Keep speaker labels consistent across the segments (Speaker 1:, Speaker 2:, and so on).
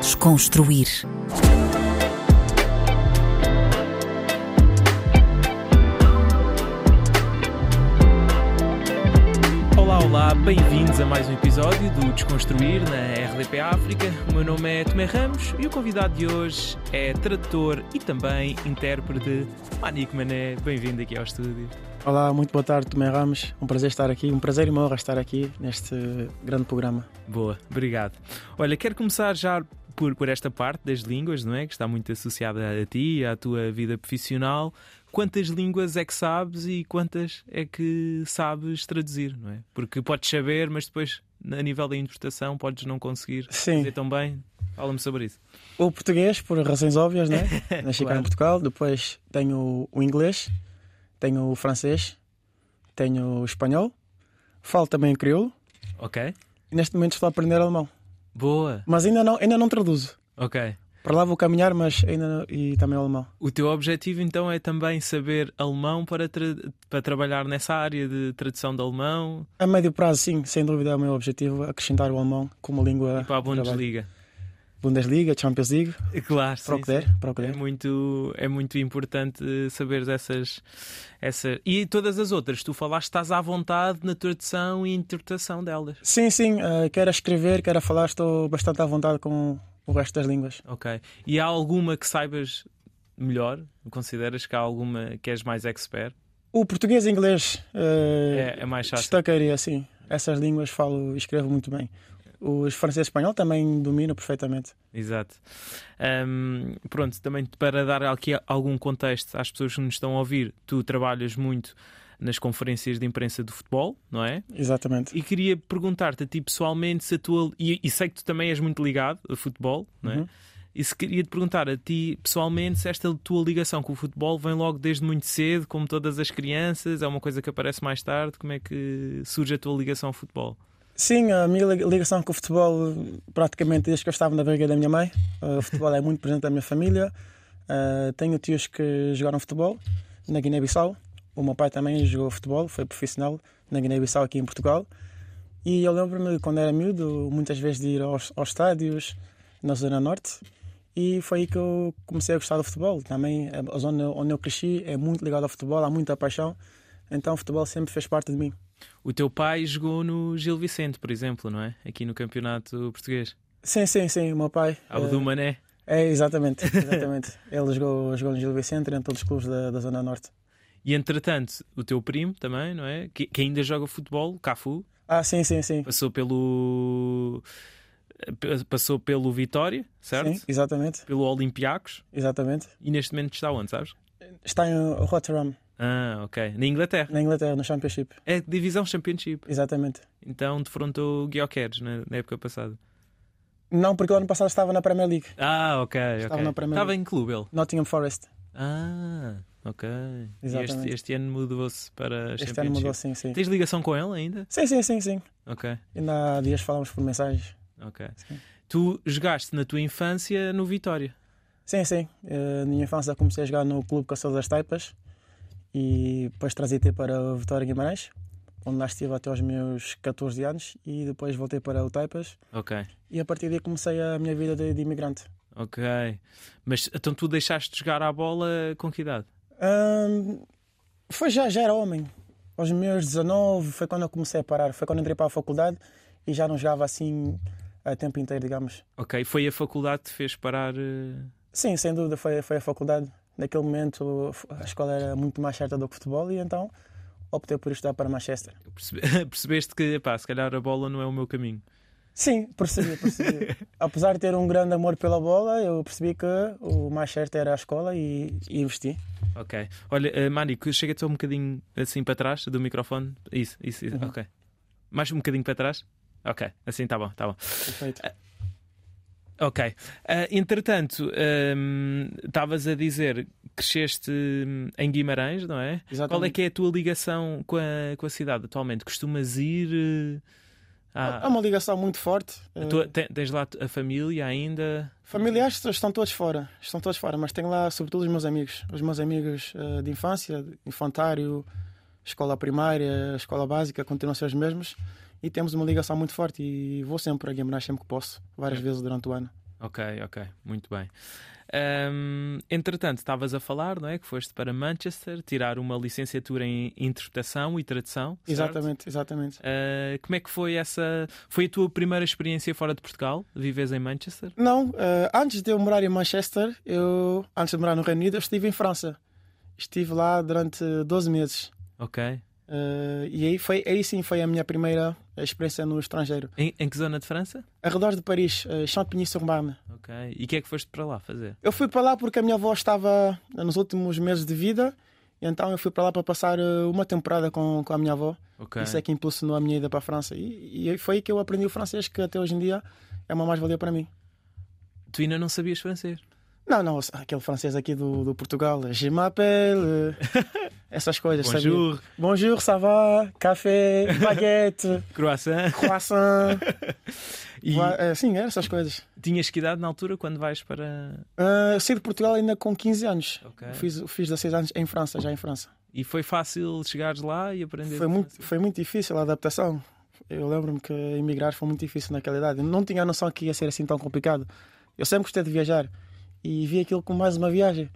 Speaker 1: Desconstruir.
Speaker 2: Olá, olá, bem-vindos a mais um episódio do Desconstruir na RDP África. O meu nome é Tomé Ramos e o convidado de hoje é tradutor e também intérprete Manico Mané. Bem-vindo aqui ao estúdio.
Speaker 3: Olá, muito boa tarde, Tomé Ramos. Um prazer estar aqui, um prazer e uma honra estar aqui neste grande programa.
Speaker 2: Boa, obrigado. Olha, quero começar já por, por esta parte das línguas, não é? Que está muito associada a ti e à tua vida profissional. Quantas línguas é que sabes e quantas é que sabes traduzir, não é? Porque podes saber, mas depois, a nível da interpretação, podes não conseguir
Speaker 3: Sim.
Speaker 2: dizer tão bem. Fala-me sobre isso.
Speaker 3: O português, por razões óbvias, né? Nasci cá
Speaker 2: Claro.
Speaker 3: em Portugal. Depois tenho o inglês, tenho o francês, tenho o espanhol. Falo também o crioulo.
Speaker 2: Ok?
Speaker 3: E neste momento estou a aprender alemão.
Speaker 2: Boa.
Speaker 3: Mas ainda não, ainda não traduzo.
Speaker 2: Ok.
Speaker 3: Para lá vou caminhar, mas ainda não, e também o alemão.
Speaker 2: O teu objetivo então é também saber alemão para, tra- para trabalhar nessa área de tradução de alemão
Speaker 3: A médio prazo, sim, sem dúvida é o meu objetivo acrescentar o alemão como língua.
Speaker 2: e para a
Speaker 3: de trabalho.
Speaker 2: Bundesliga.
Speaker 3: Bundesliga, Champions League,
Speaker 2: É Claro,
Speaker 3: para o
Speaker 2: sim,
Speaker 3: que der,
Speaker 2: sim.
Speaker 3: para o que
Speaker 2: É
Speaker 3: der.
Speaker 2: muito, é muito importante eh, saber dessas. Essa... E todas as outras, tu falaste, estás à vontade na tradução e interpretação delas.
Speaker 3: Sim, sim, eh, quero escrever, quero falar, estou bastante à vontade com o resto das línguas.
Speaker 2: Ok. E há alguma que saibas melhor? Consideras que há alguma que és mais expert?
Speaker 3: O português e inglês eh,
Speaker 2: É, é mais fácil.
Speaker 3: destacaria, sim. Essas línguas falo e escrevo muito bem. Os francês e espanhol também domino perfeitamente.
Speaker 2: Exato. Ahm, pronto, também para dar aqui algum contexto às pessoas que nos estão a ouvir, tu trabalhas muito nas conferências de imprensa do futebol, não é?
Speaker 3: Exatamente.
Speaker 2: E queria perguntar-te a ti pessoalmente se a tua. E, e sei que tu também és muito ligado a futebol, não é?
Speaker 3: Uhum.
Speaker 2: E se queria te perguntar a ti pessoalmente se esta tua ligação com o futebol vem logo desde muito cedo, como todas as crianças, é uma coisa que aparece mais tarde, como é que surge a tua ligação ao futebol?
Speaker 3: Sim, a minha li- ligação com o futebol eh, praticamente desde que eu estava na barriga da minha mãe. Eh, O futebol é muito presente na minha família. Eh, Tenho tios que jogaram futebol na Guiné-Bissau. O meu pai também jogou futebol, foi profissional na Guiné-Bissau aqui em Portugal. E eu lembro-me quando era miúdo, muitas vezes de ir aos, aos estádios na Zona Norte. E foi aí que eu comecei a gostar do futebol. Também a a zona onde eu cresci é muito ligada ao futebol, há muita paixão. Então o futebol sempre fez parte de mim.
Speaker 2: O teu pai jogou no Gil Vicente, por exemplo, não é? Aqui no campeonato português.
Speaker 3: Sim, sim, sim, o meu pai. eh,
Speaker 2: Abdu Mané.
Speaker 3: É, exatamente, exatamente. ele jogou, jogou no Gil Vicente, entre todos os clubes da, da Zona Norte.
Speaker 2: E entretanto, o teu primo também, não é? Que, que ainda joga futebol, Cafu,
Speaker 3: Ah, sim, sim, sim.
Speaker 2: passou pelo. p- Passou pelo Vitória, certo?
Speaker 3: Sim, exatamente,
Speaker 2: Pelo Olympiacos
Speaker 3: exatamente.
Speaker 2: e neste momento está onde, sabes?
Speaker 3: Está em Rotterdam,
Speaker 2: Ah, ok. Na Inglaterra.
Speaker 3: na Inglaterra, no Championship.
Speaker 2: É divisão Championship.
Speaker 3: Exatamente.
Speaker 2: Então defrontou o Guioqueres na, na época passada.
Speaker 3: Não, porque o ano passado estava na Premier League,
Speaker 2: Ah, ok.
Speaker 3: Estava
Speaker 2: ok.
Speaker 3: na Premier
Speaker 2: Estava em clube ele.
Speaker 3: Nottingham Forest.
Speaker 2: Ah, ok. E Este,
Speaker 3: Exatamente.
Speaker 2: este ano mudou-se para
Speaker 3: Este ano
Speaker 2: Championship.
Speaker 3: mudou, sim, sim.
Speaker 2: Tens ligação com ele ainda?
Speaker 3: Sim, sim, sim, sim.
Speaker 2: Ok.
Speaker 3: Ainda há dias falámos por mensagens.
Speaker 2: Ok.
Speaker 3: Sim.
Speaker 2: Tu jogaste na tua infância no Vitória.
Speaker 3: Sim, sim. Eh, na minha infância comecei a jogar no Clube Caçador das Taipas e depois transitei para o Vitória Guimarães, onde lá estive até aos meus 14 anos e depois voltei para o Taipas
Speaker 2: Ok,
Speaker 3: e a partir daí comecei a minha vida de, de imigrante.
Speaker 2: ok. Mas então tu deixaste de jogar à bola com que idade?
Speaker 3: Ahm, foi já, já era homem. Aos meus 19 foi quando eu comecei a parar, foi quando entrei para a faculdade e já não jogava assim a tempo inteiro, digamos.
Speaker 2: Ok, foi a faculdade que te fez parar. eh,
Speaker 3: Sim, sem dúvida, foi, foi a faculdade. Naquele momento a escola era muito mais certa do que futebol e então optei por estudar para Manchester.
Speaker 2: percebe- Percebeste que, pá, se calhar a bola não é o meu caminho.
Speaker 3: Sim, percebi, percebi. Apesar de ter um grande amor pela bola, eu percebi que o mais certo era a escola e, e investi.
Speaker 2: Ok. Olha, eh, Mário, chega-te só um bocadinho assim para trás do microfone. Isso, isso, isso.
Speaker 3: Uhum.
Speaker 2: Ok. Mais um bocadinho para trás? Ok, assim tá bom, tá bom.
Speaker 3: Perfeito.
Speaker 2: Ok. Ah, entretanto, hum, estavas a dizer cresceste hum, em Guimarães, não é? Qual é
Speaker 3: Exatamente.
Speaker 2: que é a tua ligação com a, com a cidade atualmente? Costumas ir. eh, à-
Speaker 3: Há É uma ligação muito forte.
Speaker 2: é a tua- te- tens lá a família ainda?
Speaker 3: Familiares estão todos fora, estão todos fora, mas tenho lá sobretudo os meus amigos, os meus amigos eh, de infância, de infantário, escola primária, escola básica, continuam a ser os mesmos e temos uma ligação muito forte e vou sempre a Guimarães sempre que posso, várias vezes durante o ano.
Speaker 2: Ok, ok, muito bem. Hum, entretanto, estavas a falar, não é? Que foste para Manchester tirar uma licenciatura em interpretação e tradução. certo?
Speaker 3: Exatamente, exatamente.
Speaker 2: Ah, como é que foi essa? Foi a tua primeira experiência fora de Portugal? Vives em Manchester?
Speaker 3: Não, eh, antes de eu morar em Manchester, eu, antes de morar no Reino Unido, eu estive em França. Estive lá durante 12 meses.
Speaker 2: Ok.
Speaker 3: Eh, e aí, foi, aí sim foi a minha primeira experiência no estrangeiro.
Speaker 2: Em, em que zona de França?
Speaker 3: Arredor de Paris, eh, Champigny-sur-Marne.
Speaker 2: Ok. E o que é que foste para lá fazer?
Speaker 3: Eu fui para lá porque a minha avó estava eh, nos últimos meses de vida, então eu fui para lá para passar eh, uma temporada com, com a minha avó.
Speaker 2: Ok.
Speaker 3: Isso é que impulsionou a minha ida para a França. E, e foi aí que eu aprendi o francês, que até hoje em dia é uma mais-valia para mim.
Speaker 2: Tu ainda não sabias francês?
Speaker 3: Não, não, aquele francês aqui do, do Portugal, je m'appelle, eh, essas coisas, sabe?
Speaker 2: Bonjour,
Speaker 3: Bonjour, ça va? Café, baguete,
Speaker 2: croissant.
Speaker 3: croissant.
Speaker 2: E
Speaker 3: Vai- eh, sim, é, essas coisas.
Speaker 2: tinhas que idade na altura quando vais para.
Speaker 3: Ah, eu saí de Portugal ainda com 15 anos.
Speaker 2: Ok.
Speaker 3: Fiz, fiz 16 anos em França, já em França.
Speaker 2: E foi fácil chegares lá e aprender.
Speaker 3: Foi muito,
Speaker 2: francês?
Speaker 3: foi muito difícil a adaptação. Eu lembro-me que emigrar foi muito difícil naquela idade. Eu Não tinha a noção que ia ser assim tão complicado. Eu sempre gostei de viajar e vi aquilo como mais uma viagem.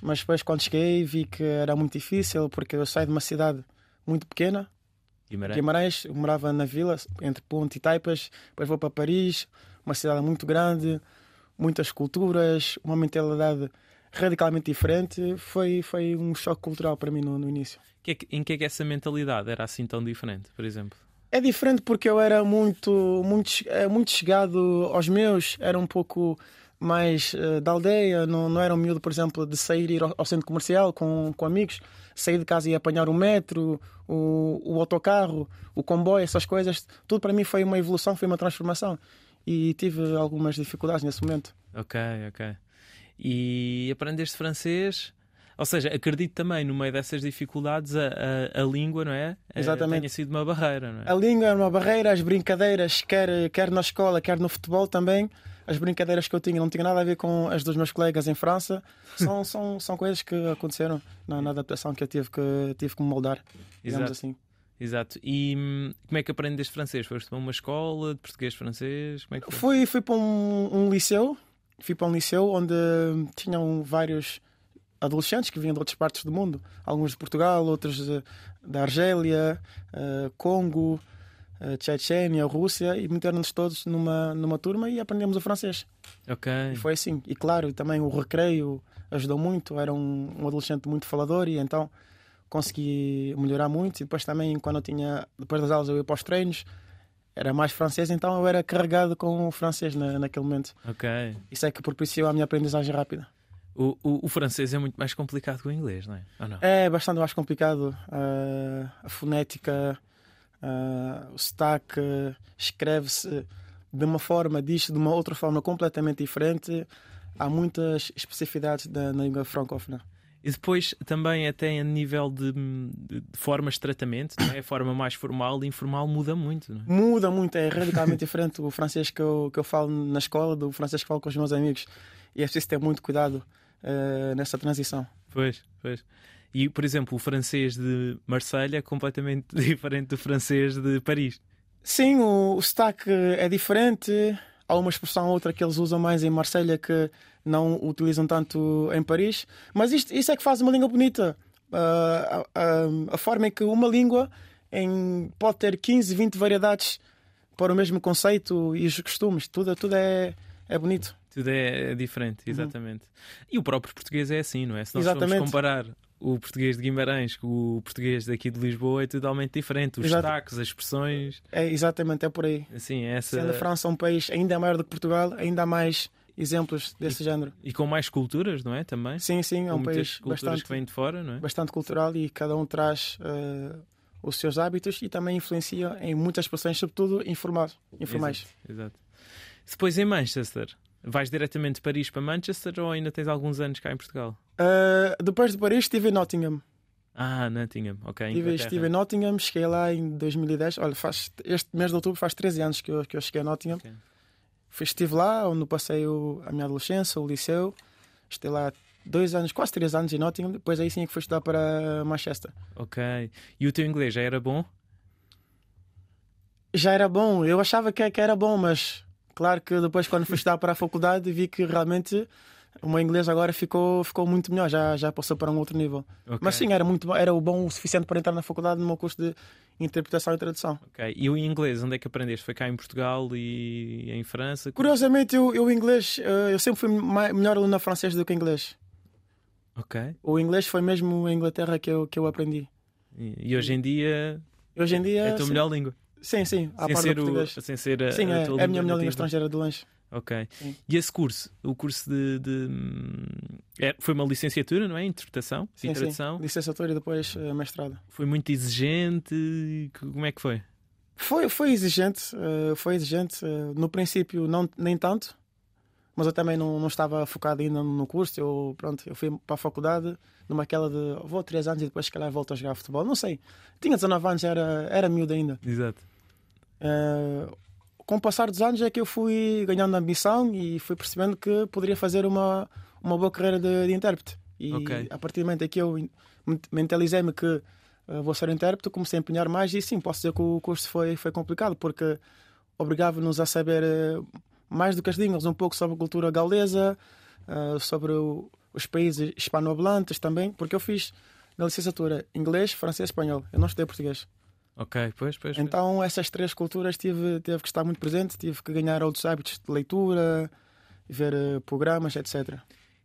Speaker 3: Mas depois, quando cheguei, vi que era muito difícil porque eu saí de uma cidade muito pequena,
Speaker 2: Guimarães.
Speaker 3: Guimarães, eu morava na vila, entre Ponte e Taipas, depois vou para Paris, uma cidade muito grande, muitas culturas, uma mentalidade radicalmente diferente. Foi, foi um choque cultural para mim no- no início.
Speaker 2: Que é que- em que é que essa mentalidade era assim tão diferente, por exemplo?
Speaker 3: É diferente porque eu era muito, muito, che- eh, muito chegado aos meus, era um pouco mais eh, da aldeia, não, não era um miúdo, por exemplo, de sair e ir ao, ao centro comercial com, com amigos, sair de casa e apanhar o metro, o, o autocarro, o comboio, essas coisas. Tudo para mim foi uma evolução, foi uma transformação. E tive algumas dificuldades nesse momento.
Speaker 2: Ok, ok. E aprendeste francês? Ou seja, acredito também, no meio dessas dificuldades, a, a- a língua, não é? Eh,
Speaker 3: Exatamente.
Speaker 2: Tenha sido uma barreira, não é?
Speaker 3: A língua era uma barreira, as brincadeiras, quer, quer na escola, quer no futebol também. As brincadeiras que eu tinha não tinha nada a ver com as dos meus colegas em França. São, são, são coisas que aconteceram na, na adaptação que eu tive que, tive que me moldar, digamos
Speaker 2: Exato.
Speaker 3: assim.
Speaker 2: Exato. E hum, como é que aprendeste francês? Foste para uma escola de português-francês? Como é que foi?
Speaker 3: Fui, fui para um, um liceu, fui para um liceu onde tinham vários adolescentes que vinham de outras partes do mundo. Alguns de Portugal, outros de- da Argélia, eh, Congo, eh, Chechênia, Rússia. E meteram-nos todos numa, numa turma e aprendemos o francês.
Speaker 2: Ok.
Speaker 3: E foi assim. E claro, também o recreio ajudou muito. Era um, um adolescente muito falador e então consegui melhorar muito. E depois também, quando eu tinha, depois das aulas, eu ia para os treinos, era mais francês, então eu era carregado com o francês na, naquele momento.
Speaker 2: Ok.
Speaker 3: Isso é que propiciou a minha aprendizagem rápida.
Speaker 2: O, o- o francês é muito mais complicado que o inglês, não é? Ou não?
Speaker 3: É bastante mais complicado. ah, a fonética, ah, o sotaque, escreve-se de uma forma, diz-se de uma outra forma completamente diferente. Há muitas especificidades da na língua francófona.
Speaker 2: E depois também até a nível de, de- de formas de tratamento, não é? A forma mais formal e informal muda muito, não é?
Speaker 3: Muda muito, é radicalmente diferente o francês que eu, que eu falo na escola do francês que falo com os meus amigos. E é preciso ter muito cuidado eh, nessa transição.
Speaker 2: Pois, pois. E, por exemplo, o francês de Marselha é completamente diferente do francês de Paris.
Speaker 3: Sim, o, o sotaque é diferente. Há uma expressão ou outra que eles usam mais em Marselha que não utilizam tanto em Paris. Mas isto, isso é que faz uma língua bonita. Ah, a, a- a forma em que uma língua em- pode ter 15, 20 variedades para o mesmo conceito e os costumes. Tudo, tudo é, é bonito.
Speaker 2: Tudo é diferente, exatamente. E o próprio português é assim, não é? Se nós
Speaker 3: Uhum. Exatamente.
Speaker 2: formos comparar o português de Guimarães com o português daqui de Lisboa, é totalmente diferente. Os
Speaker 3: Exato.
Speaker 2: destaques, as expressões,
Speaker 3: É exatamente, é por aí.
Speaker 2: assim, é essa.
Speaker 3: Sendo a França um país ainda maior do que Portugal, ainda há mais exemplos desse género.
Speaker 2: E com mais culturas, não é? Também.
Speaker 3: Sim, sim, é
Speaker 2: com
Speaker 3: um
Speaker 2: muitas
Speaker 3: país
Speaker 2: culturas
Speaker 3: bastante,
Speaker 2: que vêm de fora, não é?
Speaker 3: bastante cultural e cada um traz eh, os seus hábitos e também influencia em muitas expressões, sobretudo informal, informais.
Speaker 2: Exato, exato. Depois em Manchester, vais diretamente de Paris para Manchester ou ainda tens alguns anos cá em Portugal?
Speaker 3: Eh, depois de Paris estive em Nottingham.
Speaker 2: Ah, Nottingham, ok.
Speaker 3: Estive,
Speaker 2: Inglaterra.
Speaker 3: estive em Nottingham, cheguei lá em 2010. Olha, faz, este mês de outubro faz 13 anos que eu, que eu cheguei a Nottingham.
Speaker 2: Ok.
Speaker 3: Fui- Estive lá onde passei o- a minha adolescência, o liceu. Estive lá dois anos, quase três anos em Nottingham. Depois aí sim é que fui estudar para Manchester.
Speaker 2: Ok. E o teu inglês já era bom?
Speaker 3: já era bom. Eu achava que, que era bom, mas Claro que depois, quando fui estudar para a faculdade, vi que realmente o meu inglês agora ficou, ficou muito melhor, já, já passou para um outro nível.
Speaker 2: Ok.
Speaker 3: Mas sim, era, muito, bom- era o bom o suficiente para entrar na faculdade no meu curso de interpretação e tradução.
Speaker 2: Ok. E o inglês, onde é que aprendeste? Foi cá em Portugal e em França?
Speaker 3: Curiosamente, eu, eu inglês, eh, eu sempre fui mai- melhor aluno na francês do que inglês.
Speaker 2: Ok.
Speaker 3: O inglês foi mesmo a Inglaterra que eu, que eu aprendi.
Speaker 2: E, e hoje em dia
Speaker 3: Hoje em dia.
Speaker 2: é a tua
Speaker 3: sim,
Speaker 2: melhor língua.
Speaker 3: Sim, sim, à
Speaker 2: sem,
Speaker 3: parte do
Speaker 2: ser o,
Speaker 3: português.
Speaker 2: sem ser a,
Speaker 3: Sim,
Speaker 2: a
Speaker 3: é,
Speaker 2: tua
Speaker 3: é a minha melhor língua
Speaker 2: nativa.
Speaker 3: estrangeira de longe.
Speaker 2: Ok.
Speaker 3: Sim.
Speaker 2: E esse curso? O curso de. de, hum, é- foi uma licenciatura, não é? Interpretação
Speaker 3: Sim,
Speaker 2: e
Speaker 3: sim.
Speaker 2: tradução.
Speaker 3: Licenciatura e depois eh, mestrado.
Speaker 2: Foi muito exigente. Que- Como é que foi?
Speaker 3: Foi, foi exigente, eh, foi exigente. eh, no princípio, não, nem tanto, mas eu também não, não estava focado ainda no curso. Eu, pronto, eu fui para a faculdade numa aquela de vou três anos e depois, se calhar, volto a jogar futebol. Não sei. Tinha 19 anos, era, era miúdo ainda.
Speaker 2: Exato.
Speaker 3: Eh, com o passar dos anos é que eu fui ganhando ambição e fui percebendo que poderia fazer uma, uma boa carreira de, de intérprete. E
Speaker 2: Ok.
Speaker 3: a partir do momento em que eu in- ment- mentalizei-me que eh, vou ser intérprete, comecei a empenhar mais e sim, posso dizer que o curso foi, foi complicado porque obrigava-nos a saber eh, mais do que as línguas, um pouco sobre a cultura gaulesa, eh, sobre o- os países hispanohablantes também, porque eu fiz na licenciatura inglês, francês e espanhol. Eu não estudei português.
Speaker 2: Ok, pois, pois. pois.
Speaker 3: Então, essas três culturas tive, teve que estar muito presente, tive que ganhar outros hábitos de leitura, ver eh, programas, etc.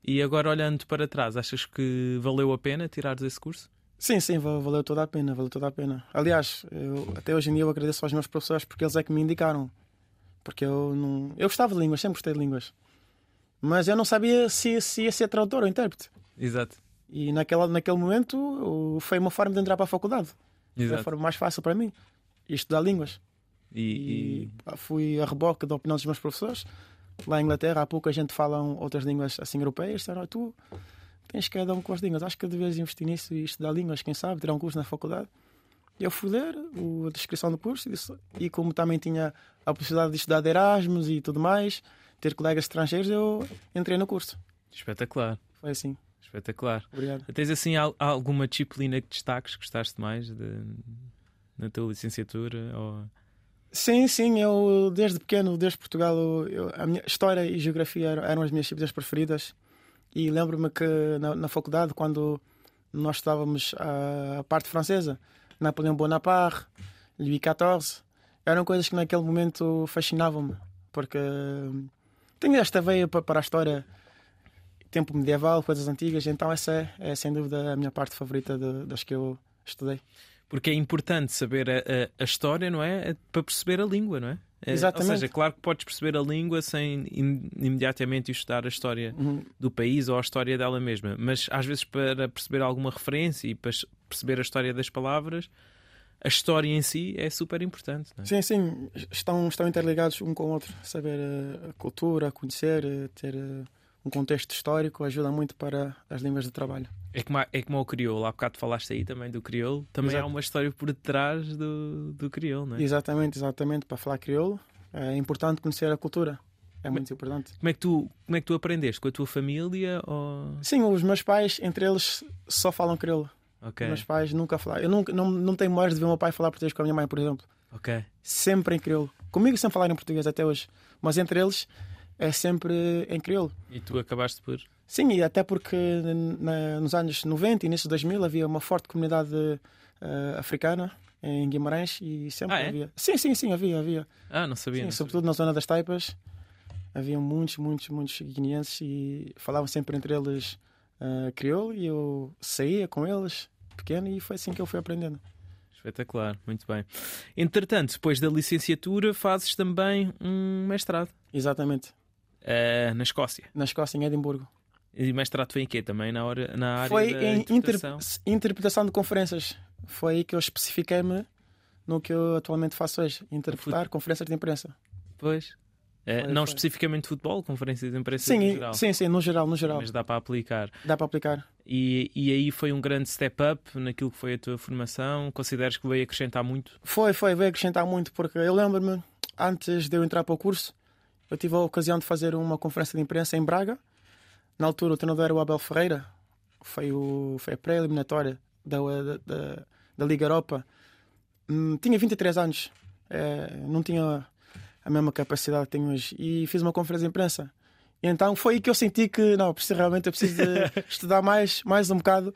Speaker 2: E agora olhando para trás, achas que valeu a pena tirares esse curso?
Speaker 3: Sim, sim, va- valeu toda a pena, valeu toda a pena. Aliás, eu, até hoje em dia eu agradeço aos meus professores porque eles é que me indicaram. Porque eu não. Eu gostava de línguas, sempre gostei de línguas. Mas eu não sabia se, se ia ser tradutor ou intérprete.
Speaker 2: Exato.
Speaker 3: E naquela, naquele momento o- foi uma forma de entrar para a faculdade. Foi a
Speaker 2: Exato.
Speaker 3: forma mais fácil para mim. E estudar línguas.
Speaker 2: E,
Speaker 3: e fui a reboque da opinião dos meus professores. Lá em Inglaterra, há pouco a gente fala outras línguas assim europeias. Disseram, "Ah, tu tens que dar um com as línguas. Acho que devias investir nisso e estudar línguas, quem sabe, tirar um curso na faculdade. E eu fui ler o- a descrição do curso e, disse- e como também tinha a possibilidade de estudar de Erasmus e tudo mais, ter colegas estrangeiros, eu entrei no curso.
Speaker 2: Espetacular,
Speaker 3: Foi assim.
Speaker 2: espetacular.
Speaker 3: Obrigado.
Speaker 2: Tens assim al- alguma disciplina que destaques, que gostaste mais de- na tua licenciatura? Ou...
Speaker 3: Sim, sim, eu desde pequeno, desde Portugal, eu- eu- a minha história e geografia eram, eram as minhas disciplinas preferidas. E lembro-me que na, na faculdade, quando nós estudávamos a, a parte francesa, Napoleão Bonaparte, Louis XIV, eram coisas que naquele momento fascinavam-me, porque tenho esta veia pa- para a história, tempo medieval, coisas antigas, então essa é, é sem dúvida a minha parte favorita de- das que eu estudei.
Speaker 2: Porque é importante saber a, a- a história, não é? É Para perceber a língua, não é? É,
Speaker 3: Exatamente.
Speaker 2: Ou seja, claro que podes perceber a língua sem im- imediatamente estudar a história
Speaker 3: Uhum.
Speaker 2: do país ou a história dela mesma, mas às vezes para perceber alguma referência e para s- perceber a história das palavras, a história em si é super importante. Não é?
Speaker 3: Sim, sim, estão, estão interligados um com o outro. Saber eh, a cultura, conhecer, eh, ter eh, um contexto histórico ajuda muito para as línguas de trabalho.
Speaker 2: É como, há- é como o crioulo, há bocado falaste aí também do crioulo, também
Speaker 3: Exato.
Speaker 2: há uma história por detrás do, do crioulo, não é?
Speaker 3: Exatamente, exatamente. Para falar crioulo é importante conhecer a cultura. É muito importante.
Speaker 2: Como é, que tu, como é que tu aprendeste? Com a tua família? Ou...
Speaker 3: Sim, os meus pais, entre eles, só falam crioulo.
Speaker 2: Ok,
Speaker 3: Os meus pais nunca falaram. Eu nunca, não, não tenho memórias de ver o meu pai falar português com a minha mãe, por exemplo.
Speaker 2: ok.
Speaker 3: Sempre em crioulo. Comigo sempre falaram em português até hoje. Mas entre eles é sempre em crioulo.
Speaker 2: E tu acabaste por.
Speaker 3: Sim, e até porque na- nos anos 90 e início de 2000 havia uma forte comunidade eh, africana em Guimarães e sempre
Speaker 2: Ah, é?
Speaker 3: havia. Sim, sim, sim, havia, havia.
Speaker 2: Ah, não sabia.
Speaker 3: Sim,
Speaker 2: não sabia.
Speaker 3: sobretudo na zona das Taipas. Havia muitos, muitos, muitos guineenses e falavam sempre entre eles eh, crioulo e eu saía com eles pequeno e foi assim que eu fui aprendendo.
Speaker 2: Espetacular, muito bem. Entretanto, depois da licenciatura, fazes também um mestrado
Speaker 3: Exatamente.
Speaker 2: eh, na Escócia.
Speaker 3: Na Escócia, em Edimburgo.
Speaker 2: E mestrado foi em quê? Também na, hora, na área
Speaker 3: Foi
Speaker 2: da
Speaker 3: em
Speaker 2: interpretação?
Speaker 3: interp- interpretação de conferências. Foi aí que eu especifiquei-me no que eu atualmente faço hoje: interpretar conferências de imprensa.
Speaker 2: Pois. Eh,
Speaker 3: Foi,
Speaker 2: não
Speaker 3: foi.
Speaker 2: especificamente futebol, conferências de imprensa
Speaker 3: Sim,
Speaker 2: em
Speaker 3: e-
Speaker 2: geral.
Speaker 3: sim, sim, no geral, no geral.
Speaker 2: Mas dá para aplicar.
Speaker 3: Dá para aplicar.
Speaker 2: E, e aí foi um grande step up naquilo que foi a tua formação. Consideras que veio acrescentar muito?
Speaker 3: Foi, foi, veio acrescentar muito, porque eu lembro-me, antes de eu entrar para o curso, eu tive a ocasião de fazer uma conferência de imprensa em Braga. Na altura, o treinador era o Abel Ferreira. Foi, o, foi a pré-eliminatória da, da, da, da Liga Europa. Hum, É, tinha 23 anos. Eh, não tinha a mesma capacidade que tenho hoje. E fiz uma conferência de imprensa. E então foi aí que eu senti que não, preciso, realmente eu preciso de estudar mais, mais um bocado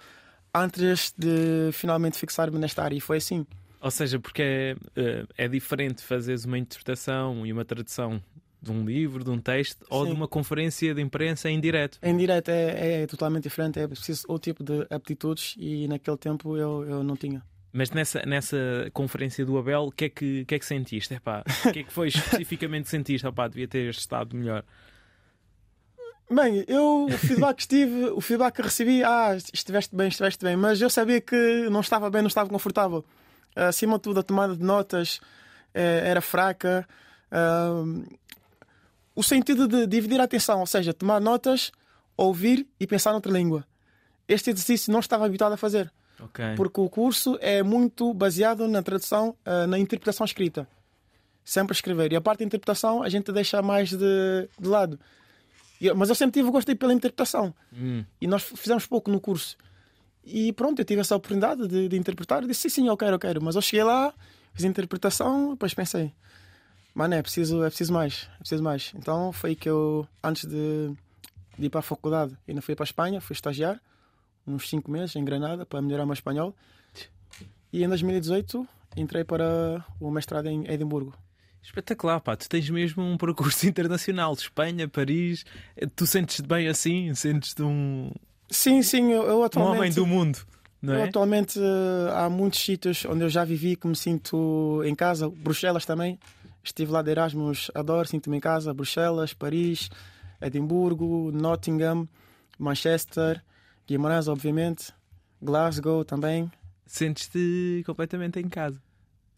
Speaker 3: antes de finalmente fixar-me nesta área. E foi assim.
Speaker 2: Ou seja, porque é, eh, é diferente fazeres uma interpretação e uma tradução de um livro, de um texto ou de
Speaker 3: Sim.
Speaker 2: uma conferência de imprensa em direto.
Speaker 3: Em direto é, é totalmente diferente, é preciso outro tipo de aptitudes e naquele tempo eu, eu não tinha.
Speaker 2: Mas nessa, nessa conferência do Abel, o que, é que, o que é que sentiste? Epá, o que é que foi especificamente que sentiste? Epá, devia ter estado melhor.
Speaker 3: Bem, eu o feedback que estive, o feedback que recebi, ah, estiveste bem, estiveste bem, mas eu sabia que não estava bem, não estava confortável. Acima de tudo, a tomada de notas eh, era fraca. Ah, o sentido de dividir a atenção, ou seja, tomar notas, ouvir e pensar noutra língua. Este exercício não estava habituado a fazer.
Speaker 2: Ok.
Speaker 3: Porque o curso é muito baseado na tradução, ah, na interpretação escrita. Sempre a escrever. E a parte da interpretação a gente deixa mais de, de lado. E eu- mas eu sempre tive gostei pela interpretação.
Speaker 2: Hum.
Speaker 3: E nós fizemos pouco no curso. E pronto, eu tive essa oportunidade de, de interpretar. Eu disse, sim, sim, eu quero, eu quero. Mas eu cheguei lá, fiz a interpretação, depois pensei, mano, é preciso, é preciso mais, é preciso mais. Então foi que eu, antes de, de ir para a faculdade, ainda fui para a Espanha, fui estagiar uns 5 meses em Granada para melhorar o meu espanhol. E em 2018 entrei para o mestrado em Edimburgo.
Speaker 2: Espetacular, pá. Tu tens mesmo um percurso internacional. Espanha, Paris. Eh, Tu sentes-te bem assim? Sentes-te um,
Speaker 3: Sim, sim, eu, eu
Speaker 2: um homem
Speaker 3: atualmente.
Speaker 2: do mundo, não
Speaker 3: Eu
Speaker 2: é?
Speaker 3: atualmente eh, há muitos sítios onde eu já vivi que me sinto em casa. Bruxelas também. Estive lá de Erasmus, adoro, sinto-me em casa. Bruxelas, Paris, Edimburgo, Nottingham, Manchester, Guimarães, obviamente, Glasgow também.
Speaker 2: Sentes-te completamente em casa.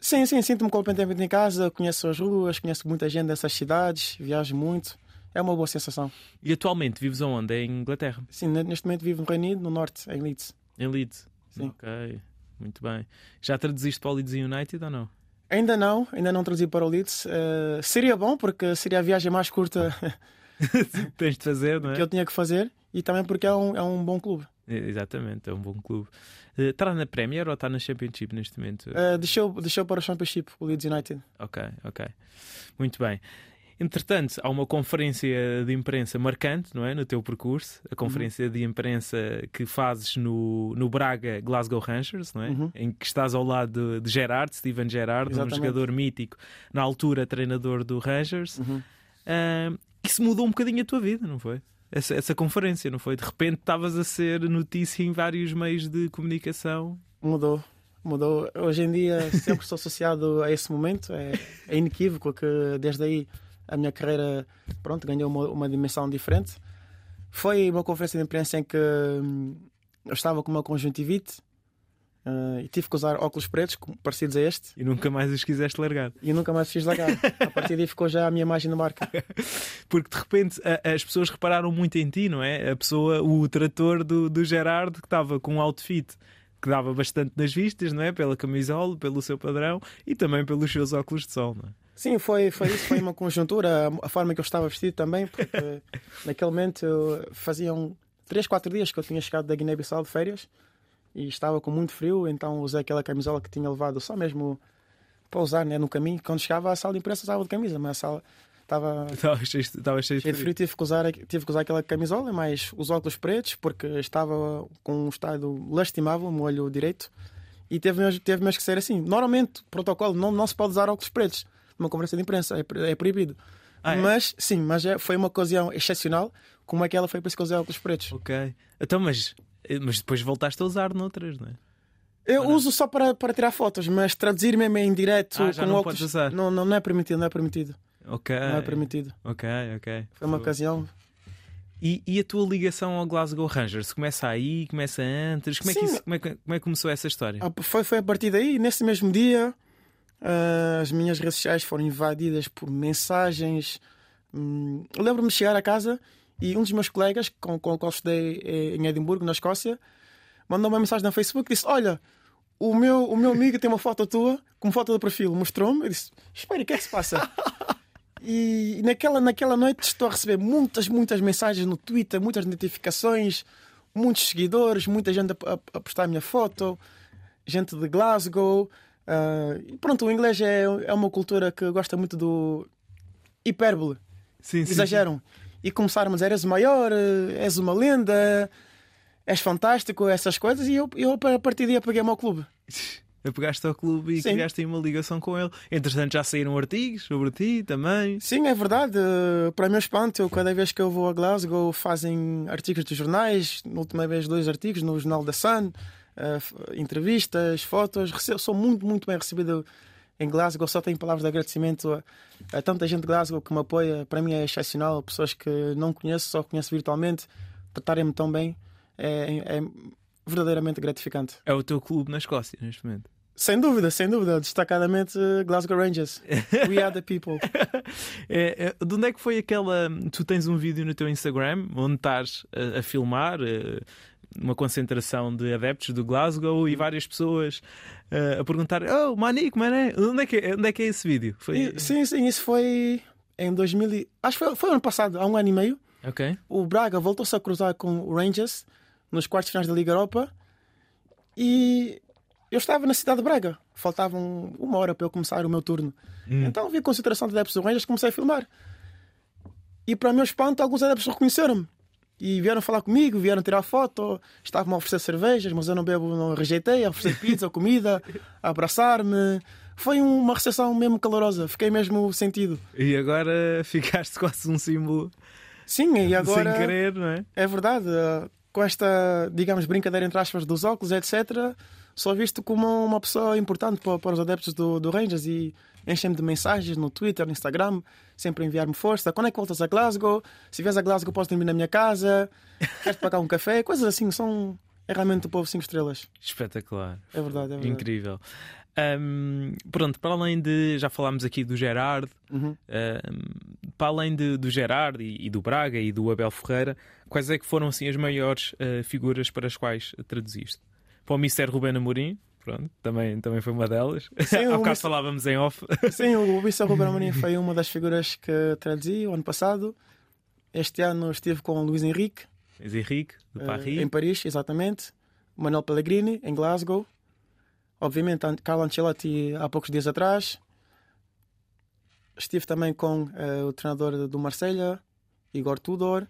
Speaker 3: Sim, sim, sinto-me completamente em casa. Conheço as ruas, conheço muita gente dessas cidades, viajo muito. É uma boa sensação.
Speaker 2: E atualmente vives onde? Em Inglaterra,
Speaker 3: Sim, ne- neste momento vivo no Reino Unido, no norte, em Leeds.
Speaker 2: em Leeds.
Speaker 3: Sim.
Speaker 2: Ok, muito bem. Já traduziste para o Leeds United ou não?
Speaker 3: Ainda não, ainda não traduzi para o Leeds. Eh, seria bom, porque seria a viagem mais curta
Speaker 2: Tens de fazer, não é?
Speaker 3: que eu tinha que fazer e também porque é um, é um bom clube.
Speaker 2: É, Exatamente, é um bom clube. Eh, Está na Premier ou está na Championship neste momento?
Speaker 3: Eh, deixou, deixou para o Championship o Leeds United.
Speaker 2: Ok, ok. Muito bem. Entretanto, há uma conferência de imprensa marcante, não é? No teu percurso,
Speaker 3: Uhum.
Speaker 2: a conferência de imprensa que fazes no, no Braga Glasgow Rangers, não é?
Speaker 3: Uhum.
Speaker 2: Em que estás ao lado de, de Gerard, Steven Gerrard, um
Speaker 3: Exatamente.
Speaker 2: jogador mítico, na altura treinador do Rangers.
Speaker 3: Uhum.
Speaker 2: Ah, isso mudou um bocadinho a tua vida, não foi? Essa, essa conferência, não foi? De repente estavas a ser notícia em vários meios de comunicação.
Speaker 3: Mudou, mudou. Hoje em dia sempre sou associado a esse momento. É, é inequívoco que desde aí a minha carreira pronto, ganhou uma, uma dimensão diferente. Foi uma conferência de imprensa em que hum, eu estava com uma conjuntivite eh, e tive que usar óculos pretos com- parecidos a este
Speaker 2: E nunca mais os quiseste largar.
Speaker 3: e nunca mais fiz lagar. A partir daí ficou já a minha imagem de marca.
Speaker 2: Porque de repente a- as pessoas repararam muito em ti, não é? A pessoa, o trator do, do Gerardo, que estava com um outfit que dava bastante nas vistas, não é? Pela camisola, pelo seu padrão e também pelos seus óculos de sol, não é?
Speaker 3: Sim, foi, foi isso, foi uma conjuntura, a- a forma que eu estava vestido também, porque naquele momento eu- faziam 3, 4 dias que eu tinha chegado da Guiné-Bissau de férias e estava com muito frio, então usei aquela camisola que tinha levado só mesmo para usar né, no caminho. Quando chegava à sala de imprensa usava de camisa, mas a sala estava
Speaker 2: Estava cheio de- estava cheio de
Speaker 3: cheia de
Speaker 2: frio.
Speaker 3: frio, tive que, usar, tive que usar aquela camisola, mas os óculos pretos, porque estava com um estado lastimável, o olho direito, e teve mesmo, teve mesmo que ser assim. Normalmente, protocolo, não, não se pode usar óculos pretos numa conferência de imprensa, é, pro- é proibido.
Speaker 2: Ah, é?
Speaker 3: Mas, sim, mas é- foi uma ocasião excepcional, como aquela foi por isso que eu usei óculos pretos.
Speaker 2: Ok. Então, mas, mas depois voltaste a usar noutras, não é?
Speaker 3: Eu uso só para, para tirar fotos, mas traduzir mesmo em direto
Speaker 2: Ah, já
Speaker 3: com
Speaker 2: não
Speaker 3: óculos.
Speaker 2: podes usar. Ah,
Speaker 3: Não, não, não é permitido, não é permitido.
Speaker 2: Ok.
Speaker 3: Não é permitido.
Speaker 2: Ok, ok.
Speaker 3: Foi uma ocasião.
Speaker 2: E, e a tua ligação ao Glasgow Rangers? Começa aí, começa antes? Como é que,
Speaker 3: Sim.
Speaker 2: isso- como é que- como é que começou essa história?
Speaker 3: Ah, Foi, foi a partir daí, nesse mesmo dia, ah, as minhas redes sociais foram invadidas por mensagens. Hum, eu Lembro-me de chegar a casa e um dos meus colegas, com, com o qual estudei eh, em Edimburgo, na Escócia, mandou uma mensagem no Facebook e disse: Olha, o meu, o meu amigo tem uma foto tua, como foto de perfil. Mostrou-me. Eu disse: Espera, o que é que se passa? E naquela, naquela noite estou a receber muitas, muitas mensagens no Twitter, muitas notificações, muitos seguidores, muita gente a, a- a postar a minha foto, gente de Glasgow. ah, e pronto, o inglês é, é uma cultura que gosta muito do, hipérbole,
Speaker 2: Sim, sim.
Speaker 3: exageram. E começaram a dizer: és o maior, eh, és uma lenda, és fantástico, essas coisas. E eu, eu a partir daí apaguei-me ao clube.
Speaker 2: Apegaste ao clube e
Speaker 3: Sim.
Speaker 2: criaste aí uma ligação com ele. Entretanto, já saíram artigos sobre ti também.
Speaker 3: Sim, é verdade. Eh, Para meu espanto, eu, cada vez que eu vou a Glasgow, fazem artigos dos jornais. Na última vez, dois artigos no jornal da Sun, eh, f- entrevistas, fotos. Rece- Sou muito, muito bem recebido em Glasgow. Só tenho palavras de agradecimento a, a tanta gente de Glasgow que me apoia. Para mim é excepcional. Pessoas que não conheço, só conheço virtualmente, tratarem-me tão bem é, é verdadeiramente gratificante.
Speaker 2: É o teu clube na Escócia neste momento.
Speaker 3: Sem dúvida, sem dúvida. Destacadamente, eh, Glasgow Rangers. We are the people.
Speaker 2: É, é, de onde é que foi aquela. Tu tens um vídeo no teu Instagram onde estás a, a filmar eh, uma concentração de adeptos do Glasgow
Speaker 3: Uhum.
Speaker 2: e várias pessoas eh, a perguntar: Oh, Manique, Mané, onde é que, é- onde é, que é esse vídeo? Foi.
Speaker 3: E- Sim, sim, isso foi em 2000. e- Acho que foi, foi ano passado, há um ano e meio.
Speaker 2: Ok.
Speaker 3: O Braga voltou-se a cruzar com o Rangers nos quartos de finais da Liga Europa e eu estava na cidade de Braga. Faltavam uma hora para eu começar o meu turno.
Speaker 2: Hum.
Speaker 3: Então vi a concentração de adeptos do Rangers comecei a filmar. E para meu espanto, alguns adeptos reconheceram-me. E vieram falar comigo, vieram tirar foto, estavam a oferecer cervejas, mas eu não bebo, não rejeitei, a oferecer pizza, comida, a abraçar-me. Foi uma recepção mesmo calorosa, fiquei mesmo sentido.
Speaker 2: E agora ficaste quase um símbolo
Speaker 3: Sim, e
Speaker 2: sem
Speaker 3: agora
Speaker 2: querer, não é?
Speaker 3: é verdade, eh, com esta, digamos, brincadeira entre aspas dos óculos, etc., sou visto como uma pessoa importante para, para os adeptos do, do Rangers e enchem-me de mensagens no Twitter, no Instagram, sempre a enviar-me força. Quando é que voltas a Glasgow? Se vieres a Glasgow, posso dormir na minha casa? Queres pagar um café? Coisas assim, são. É realmente o povo 5 estrelas.
Speaker 2: Espetacular.
Speaker 3: É verdade, é verdade.
Speaker 2: Incrível. Ahm, pronto, para além de. Já falámos aqui do Gerard,
Speaker 3: Uhum.
Speaker 2: ahm, para além de- do Gerard e, e do Braga e do Abel Ferreira, quais é que foram assim as maiores ah, figuras para as quais traduziste? Para o Mister Ruben Amorim, pronto, também, também foi uma delas. Uhum.
Speaker 3: Sim,
Speaker 2: Há
Speaker 3: É, o
Speaker 2: bocado
Speaker 3: Mister-
Speaker 2: falávamos em off.
Speaker 3: Sim, o Bissau Ruben Amorim foi uma das figuras que traduzi o ano passado. Este ano estive com o Luís Henrique,
Speaker 2: Mas Henrique, do
Speaker 3: eh,
Speaker 2: Paris.
Speaker 3: em Paris, exatamente. Manuel Pellegrini, em Glasgow. Obviamente, An- Carlo Ancelotti, há poucos dias atrás. Estive também com eh, o treinador do Marselha, Igor Tudor.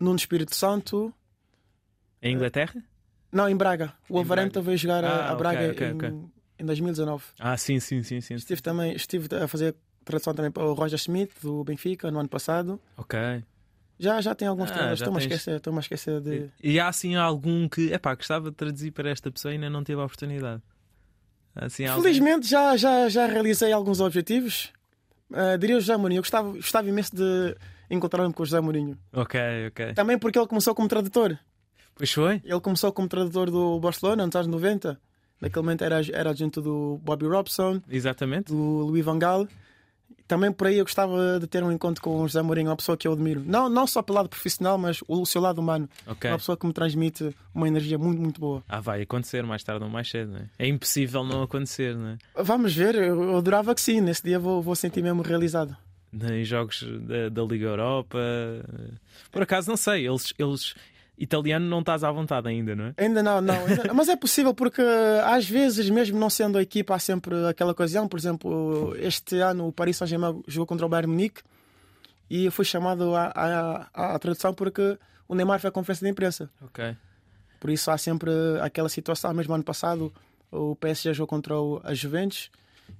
Speaker 3: Nuno Espírito Santo.
Speaker 2: Em Inglaterra?
Speaker 3: Não, em Braga. O
Speaker 2: Em
Speaker 3: Alvarenta
Speaker 2: Braga.
Speaker 3: veio jogar a-
Speaker 2: Ah,
Speaker 3: a
Speaker 2: ok,
Speaker 3: Braga
Speaker 2: ok,
Speaker 3: em,
Speaker 2: ok.
Speaker 3: em 2019.
Speaker 2: Ah, sim, sim, sim, sim.
Speaker 3: Estive, também, estive a fazer tradução também para o Roger Schmidt, do Benfica, no ano passado.
Speaker 2: Ok.
Speaker 3: É. Já, já tem alguns
Speaker 2: Ah,
Speaker 3: treinadores.
Speaker 2: já
Speaker 3: Estou-me a
Speaker 2: tens.
Speaker 3: esquecer, estou-me a esquecer de...
Speaker 2: E há assim algum que, epá, gostava de traduzir para esta pessoa e ainda não teve a oportunidade? Há, Assim, algum-
Speaker 3: Felizmente já, já, já realizei alguns objetivos. Ah, diria o José Mourinho. Eu gostava, gostava imenso de encontrar-me com o José Mourinho.
Speaker 2: Ok, ok.
Speaker 3: Também porque ele começou como tradutor.
Speaker 2: Pois foi?
Speaker 3: Ele começou como tradutor do Barcelona nos anos 90. Naquele momento era, era adjunto do Bobby Robson,
Speaker 2: Exatamente.
Speaker 3: do Louis Van Gaal. Também por aí eu gostava de ter um encontro com o José Mourinho, uma pessoa que eu admiro. Não, não só pelo lado profissional, mas o seu lado humano.
Speaker 2: Ok.
Speaker 3: Uma pessoa que me transmite uma energia muito, muito boa.
Speaker 2: Ah, vai acontecer mais tarde ou mais cedo, não é? É impossível não acontecer, não é?
Speaker 3: Vamos ver, eu eu adorava que sim. Nesse dia vou, vou sentir mesmo realizado.
Speaker 2: Em jogos da, da Liga Europa. eh,
Speaker 3: É.
Speaker 2: Por acaso, não sei, eles. eles... Italiano não estás à vontade ainda, não é?
Speaker 3: Ainda não, não. Ainda- Mas é possível porque às vezes, mesmo não sendo a equipa, há sempre aquela ocasião. Por exemplo, este ano o Paris Saint-Germain jogou contra o Bayern Munique e eu fui chamado à, à- à- à tradução porque o Neymar foi à conferência de imprensa.
Speaker 2: Ok.
Speaker 3: Por isso há sempre aquela situação. Mesmo ano passado o PSG jogou contra o, a Juventus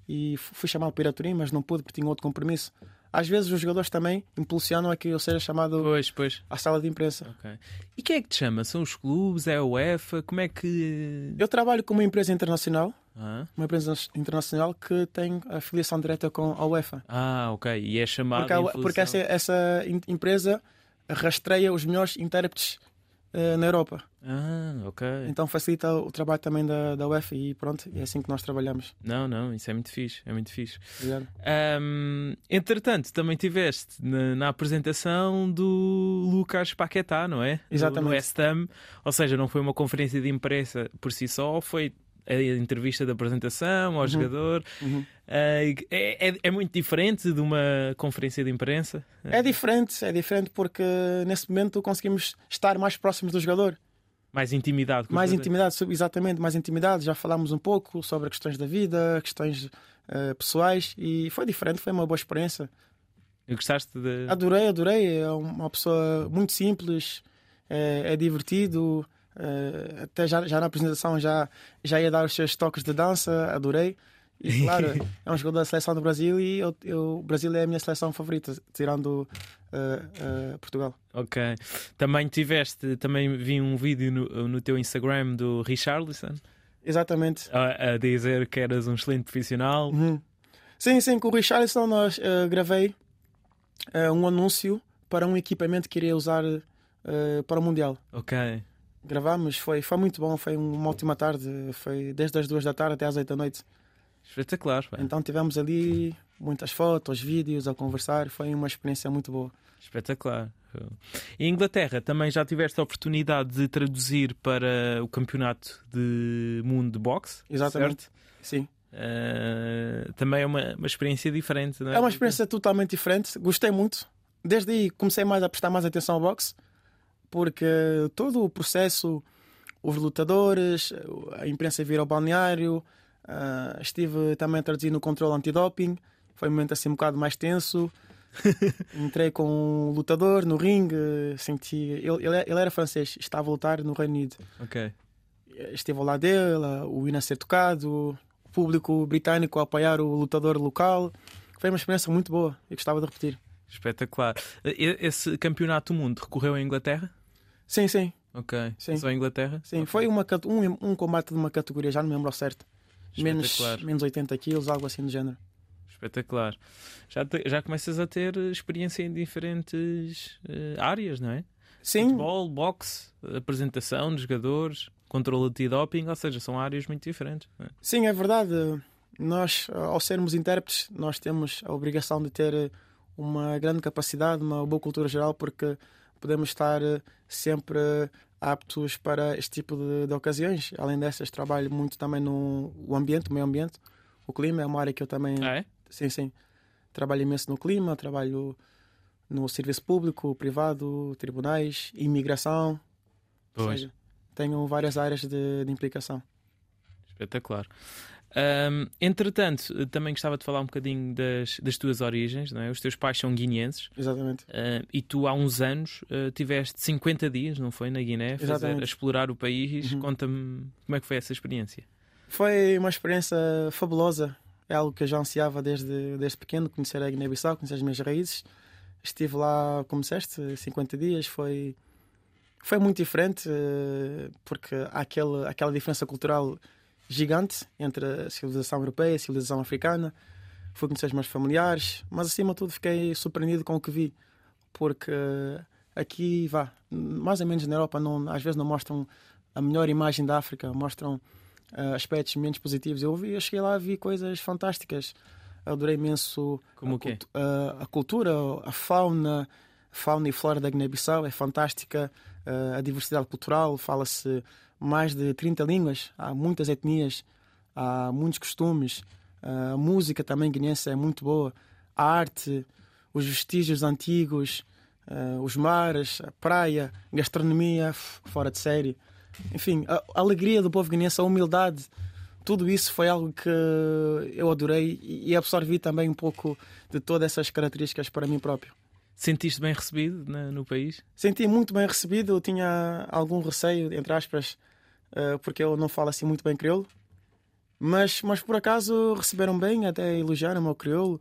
Speaker 3: e fu- fui chamado para ir a Turim, mas não pude porque tinha outro compromisso. Às vezes os jogadores também impulsionam a que eu seja chamado
Speaker 2: Pois, pois.
Speaker 3: à sala de imprensa.
Speaker 2: Ok. E quem é que te chama? São os clubes? É a UEFA? Como é que.
Speaker 3: Eu trabalho com uma empresa internacional
Speaker 2: Ah,
Speaker 3: uma empresa internacional que tem afiliação direta com a UEFA.
Speaker 2: ah ok. E é chamado.
Speaker 3: Porque, a- porque essa, essa in- empresa rastreia os melhores intérpretes eh, na Europa.
Speaker 2: Ah, ok.
Speaker 3: Então facilita o trabalho também da, da UEFA e pronto, é assim que nós trabalhamos.
Speaker 2: Não, não, isso é muito fixe, é muito fixe.
Speaker 3: Obrigado.
Speaker 2: Ahm, entretanto, também tiveste na, na apresentação do Lucas Paquetá, não é? No-
Speaker 3: Exatamente.
Speaker 2: No West Ham, ou seja, não foi uma conferência de imprensa por si só, foi a entrevista de apresentação ao jogador.
Speaker 3: Uhum.
Speaker 2: Ah, e- é, é- é muito diferente de uma conferência de imprensa.
Speaker 3: É diferente, é diferente porque nesse momento conseguimos estar mais próximos do jogador.
Speaker 2: Mais intimidade. com o
Speaker 3: Mais
Speaker 2: jogador.
Speaker 3: intimidade, sub- exatamente, mais intimidade. Já falámos um pouco sobre questões da vida, questões eh, pessoais e foi diferente, foi uma boa experiência.
Speaker 2: Gostaste de.
Speaker 3: Adorei, adorei. É uma pessoa muito simples, é, é divertido. é, até já, já na apresentação já, já ia dar os seus toques de dança, adorei. E claro, é um jogador da seleção do Brasil e eu, eu- o Brasil é a minha seleção favorita, tirando eh, eh, Portugal.
Speaker 2: Ok. Também tiveste, também vi um vídeo no, no teu Instagram do Richarlison
Speaker 3: Exatamente.
Speaker 2: a, a dizer que eras um excelente profissional.
Speaker 3: Uhum. Sim, sim, com o Richarlison nós eh, gravei eh, um anúncio para um equipamento que iria usar eh, para o Mundial.
Speaker 2: Ok.
Speaker 3: Gravámos, foi, foi muito bom, foi um- uma ótima tarde, foi desde as duas da tarde até às oito da noite.
Speaker 2: Espetacular. pá.
Speaker 3: Então tivemos ali muitas fotos, vídeos a conversar, foi uma experiência muito boa.
Speaker 2: Espetacular. Em Inglaterra também já tiveste a oportunidade de traduzir para o campeonato de mundo de boxe.
Speaker 3: Exatamente.
Speaker 2: certo?
Speaker 3: Sim.
Speaker 2: Eh, também é uma, uma experiência diferente, não é?
Speaker 3: É uma experiência totalmente diferente, gostei muito. Desde aí comecei mais a prestar mais atenção ao boxe, porque todo o processo, os lutadores, a imprensa vir ao balneário, ah, estive também a traduzir no controle antidoping, foi um momento assim um bocado mais tenso. Entrei com um lutador no ringue, senti. Ele, é, ele- ele era francês, estava a lutar no Reino Unido.
Speaker 2: Ok.
Speaker 3: Esteve ao lado dele, o hino a ser tocado, o público britânico a apoiar o lutador local. Foi uma experiência muito boa e gostava de repetir.
Speaker 2: Espetacular. E- Esse campeonato do mundo recorreu à Inglaterra?
Speaker 3: Sim, sim,
Speaker 2: Ok.
Speaker 3: Sim.
Speaker 2: Só à Inglaterra?
Speaker 3: sim. Foi uma, cate- um, um combate de uma categoria, já não me lembro ao certo. Menos,
Speaker 2: Espetacular.
Speaker 3: menos 80 quilos, algo assim do género.
Speaker 2: Espetacular. Já, te- já começas a ter experiência em diferentes eh, áreas, não é?
Speaker 3: Sim,
Speaker 2: Futebol, boxe, apresentação de jogadores, controle antidoping, ou seja, são áreas muito diferentes. não é?
Speaker 3: Sim, é verdade. Nós, ao sermos intérpretes, nós temos a obrigação de ter eh, uma grande capacidade, uma boa cultura geral, porque podemos estar eh, sempre aptos para este tipo de, de ocasiões. Além dessas, trabalho muito também no o ambiente, o meio ambiente. O clima é uma área que eu também...
Speaker 2: Ah, é?
Speaker 3: Sim, sim. Trabalho imenso no clima, trabalho no serviço público, privado, tribunais, imigração. Ou
Speaker 2: Pois.
Speaker 3: seja, tenho várias áreas de- de implicação.
Speaker 2: Espetacular. Hum, entretanto, eh, também gostava de falar um bocadinho das, das tuas origens, não é? Os teus pais são guineenses
Speaker 3: Exatamente.
Speaker 2: eh, e tu, há uns anos, eh, tiveste 50 dias, não foi? Na Guiné, a fazer-
Speaker 3: Exatamente.
Speaker 2: a explorar o país.
Speaker 3: Uhum.
Speaker 2: Conta-me como é que foi essa experiência.
Speaker 3: Foi uma experiência fabulosa. É algo que eu já ansiava desde, desde pequeno, conhecer a Guiné-Bissau, conhecer as minhas raízes. Estive lá, como disseste, 50 dias. Foi, foi muito diferente, eh, porque há aquele, aquela diferença cultural gigante entre a civilização europeia e a civilização africana. Fui conhecer os meus familiares, mas acima de tudo fiquei surpreendido com o que vi, porque eh, aqui, vá, mais ou menos na Europa, não, às vezes não mostram a melhor imagem da África, mostram ah, aspectos menos positivos. Eu, vi, eu cheguei lá e vi coisas fantásticas. Adorei imenso
Speaker 2: Como
Speaker 3: a,
Speaker 2: o quê?
Speaker 3: cultu- eh, a- a cultura, a fauna, a fauna e flora da Guiné-Bissau é fantástica. ah, a diversidade cultural, fala-se mais de 30 línguas, há muitas etnias, há muitos costumes. ah, a música também guinense é muito boa. A arte, os vestígios antigos, ah, os mares, a praia, gastronomia f- fora de série. Enfim, a, a alegria do povo guinense, a humildade, tudo isso foi algo que eu adorei e e absorvi também um pouco de todas essas características para mim próprio.
Speaker 2: Sentiste bem recebido na- no país?
Speaker 3: Senti muito bem recebido, eu tinha algum receio, entre aspas, eh, porque eu não falo assim muito bem crioulo, mas, mas por acaso receberam bem, até elogiaram o meu crioulo,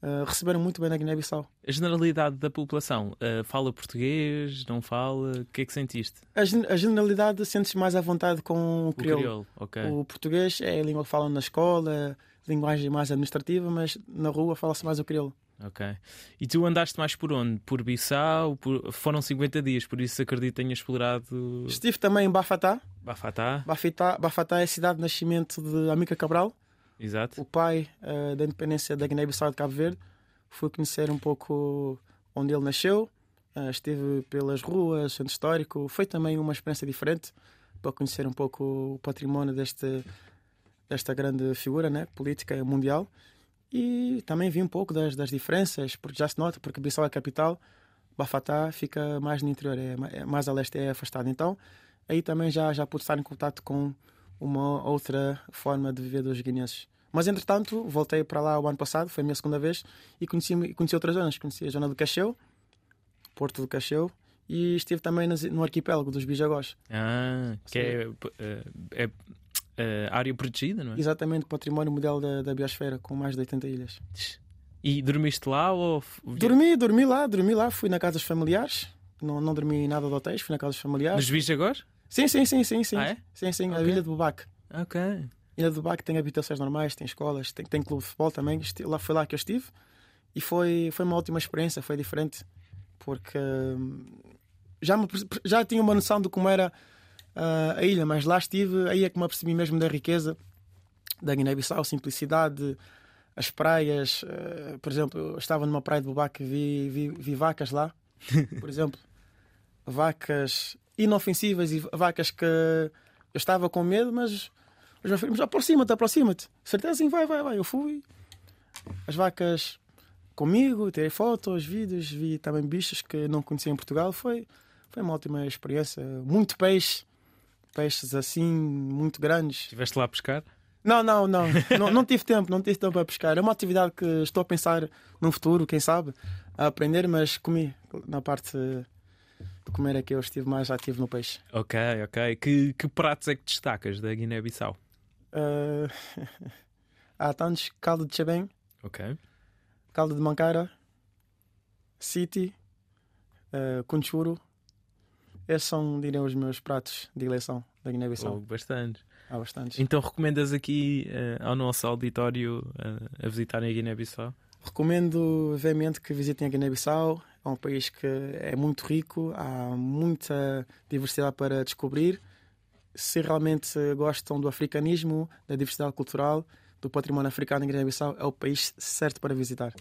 Speaker 3: eh, receberam muito bem na Guiné-Bissau.
Speaker 2: A generalidade da população eh, fala português, não fala? O que é que sentiste?
Speaker 3: A, gen- a generalidade sentes mais à vontade com o
Speaker 2: O
Speaker 3: crioulo.
Speaker 2: crioulo, ok.
Speaker 3: O português é a língua que falam na escola, linguagem mais administrativa, mas na rua fala-se mais o crioulo.
Speaker 2: Ok. E tu andaste mais por onde? Por Bissau? Por- Foram 50 dias, por isso acredito que tenhas explorado
Speaker 3: Estive também em Bafatá.
Speaker 2: Bafatá,
Speaker 3: Bafatá, Bafatá é a cidade de nascimento de Amica Cabral,
Speaker 2: exato.
Speaker 3: o pai eh, da independência da Guiné-Bissau e de Cabo Verde. Fui conhecer um pouco onde ele nasceu, eh, estive pelas ruas, centro histórico. Foi também uma experiência diferente para conhecer um pouco o património deste, desta grande figura né, política mundial. E também vi um pouco das, das diferenças, porque já se nota, porque Bissau é a capital, Bafatá fica mais no interior, é, ma- é mais a leste, é afastado. Então, aí também já, já pude estar em contato com uma outra forma de viver dos guineenses. Mas entretanto, voltei para lá o ano passado, foi a minha segunda vez, e conheci, conheci outras zonas. Conheci a zona do Cacheu, Porto do Cacheu, e estive também nas- no arquipélago dos Bijagós.
Speaker 2: Ah, que é, eh, é, eh, área protegida, não é?
Speaker 3: Exatamente, património mundial da, da biosfera, com mais de 80 ilhas.
Speaker 2: E dormiste lá ou. f-
Speaker 3: Dormi, dormi lá, dormi lá, fui na casa dos familiares. Não, não dormi em nada de hotéis, fui na casa dos familiares.
Speaker 2: Nos viste agora?
Speaker 3: Sim, sim, sim, sim, sim.
Speaker 2: Ah, é?
Speaker 3: Sim, sim, a
Speaker 2: Ok.
Speaker 3: Ilha de Bubac.
Speaker 2: Ok.
Speaker 3: Ilha do Baque tem habitações normais, tem escolas, tem, tem clube de futebol também. Esti- Lá foi lá que eu estive e foi, foi uma ótima experiência, foi diferente, porque hum, já, me perce- já tinha uma noção de como era ah, a ilha, mas lá estive, aí é que me apercebi mesmo da riqueza da Guiné-Bissau, simplicidade, as praias. ah, por exemplo, eu estava numa praia de Bubaque e vi, vi, vi vacas lá, por exemplo, vacas inofensivas e vacas que eu estava com medo, mas os meus filhos, aproxima-te, aproxima-te. Certeza, sim, vai, vai, vai. Eu fui. As vacas comigo, tirei fotos, vídeos, vi também bichos que não conhecia em Portugal. Foi, foi uma ótima experiência. Muito peixe, peixes assim, muito grandes.
Speaker 2: Estiveste lá a pescar?
Speaker 3: Não, não, não. não, não tive tempo, não tive tempo para pescar. É uma atividade que estou a pensar no futuro, quem sabe, a aprender, mas comi. Na parte de comer é que eu estive mais ativo no peixe.
Speaker 2: Ok, ok. Que, que pratos é que destacas da Guiné-Bissau?
Speaker 3: Ah, há tantos caldo de chabém.
Speaker 2: Ok.
Speaker 3: Caldo de Mancara, City, uh, Conchuro. Esses são, direi, os meus pratos de eleição da Guiné-Bissau.
Speaker 2: Logo bastante.
Speaker 3: Há bastantes.
Speaker 2: Então recomendas aqui eh, ao nosso auditório eh, a visitarem a Guiné-Bissau?
Speaker 3: Recomendo veemente que visitem a Guiné-Bissau. É um país que é muito rico, há muita diversidade para descobrir. Se realmente gostam do africanismo, da diversidade cultural, do património africano em Guiné-Bissau, é o país certo para visitar.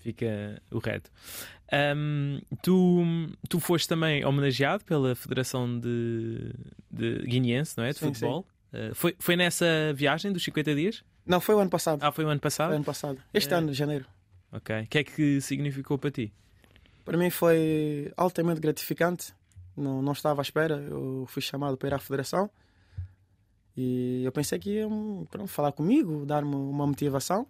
Speaker 2: Fica o reto. Ahm, tu, tu foste também homenageado pela Federação de, de Guineense, não é? De
Speaker 3: Sim,
Speaker 2: futebol. Eh, foi, foi nessa viagem dos 50 dias?
Speaker 3: Não, foi o ano passado.
Speaker 2: Ah, foi o ano passado?
Speaker 3: Foi o ano passado. Este
Speaker 2: É.
Speaker 3: ano, janeiro.
Speaker 2: Ok. O que é que significou para ti?
Speaker 3: Para mim foi altamente gratificante. Não, não estava à espera. Eu fui chamado para ir à federação e eu pensei que iam pronto, falar comigo, dar-me uma motivação.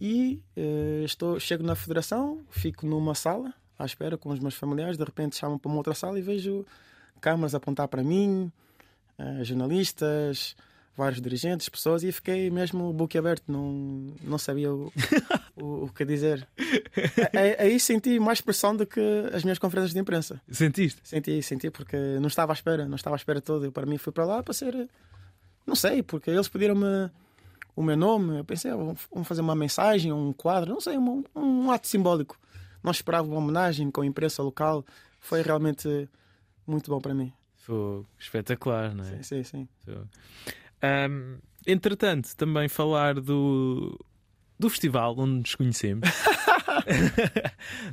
Speaker 3: E eh, estou, chego na federação, fico numa sala à espera com os meus familiares. De repente chamam para uma outra sala e vejo câmaras a apontar para mim, eh, jornalistas, vários dirigentes, pessoas. E fiquei mesmo boquiaberto, não, não sabia o, o, o que dizer. Aí- Aí senti mais pressão do que as minhas conferências de imprensa.
Speaker 2: Sentiste?
Speaker 3: Senti, senti, porque não estava à espera, não estava à espera toda. Eu, para mim, fui para lá para ser. Não sei, porque eles pediram-me o meu nome. Eu pensei, ah, vamos vamos fazer uma mensagem, um quadro, não sei, um, um ato simbólico. Não esperava uma homenagem com a imprensa local. Foi realmente muito bom para mim.
Speaker 2: Foi espetacular, não é?
Speaker 3: Sim, sim, sim.
Speaker 2: Sou. Ahm, entretanto, também falar do, do festival onde nos conhecemos.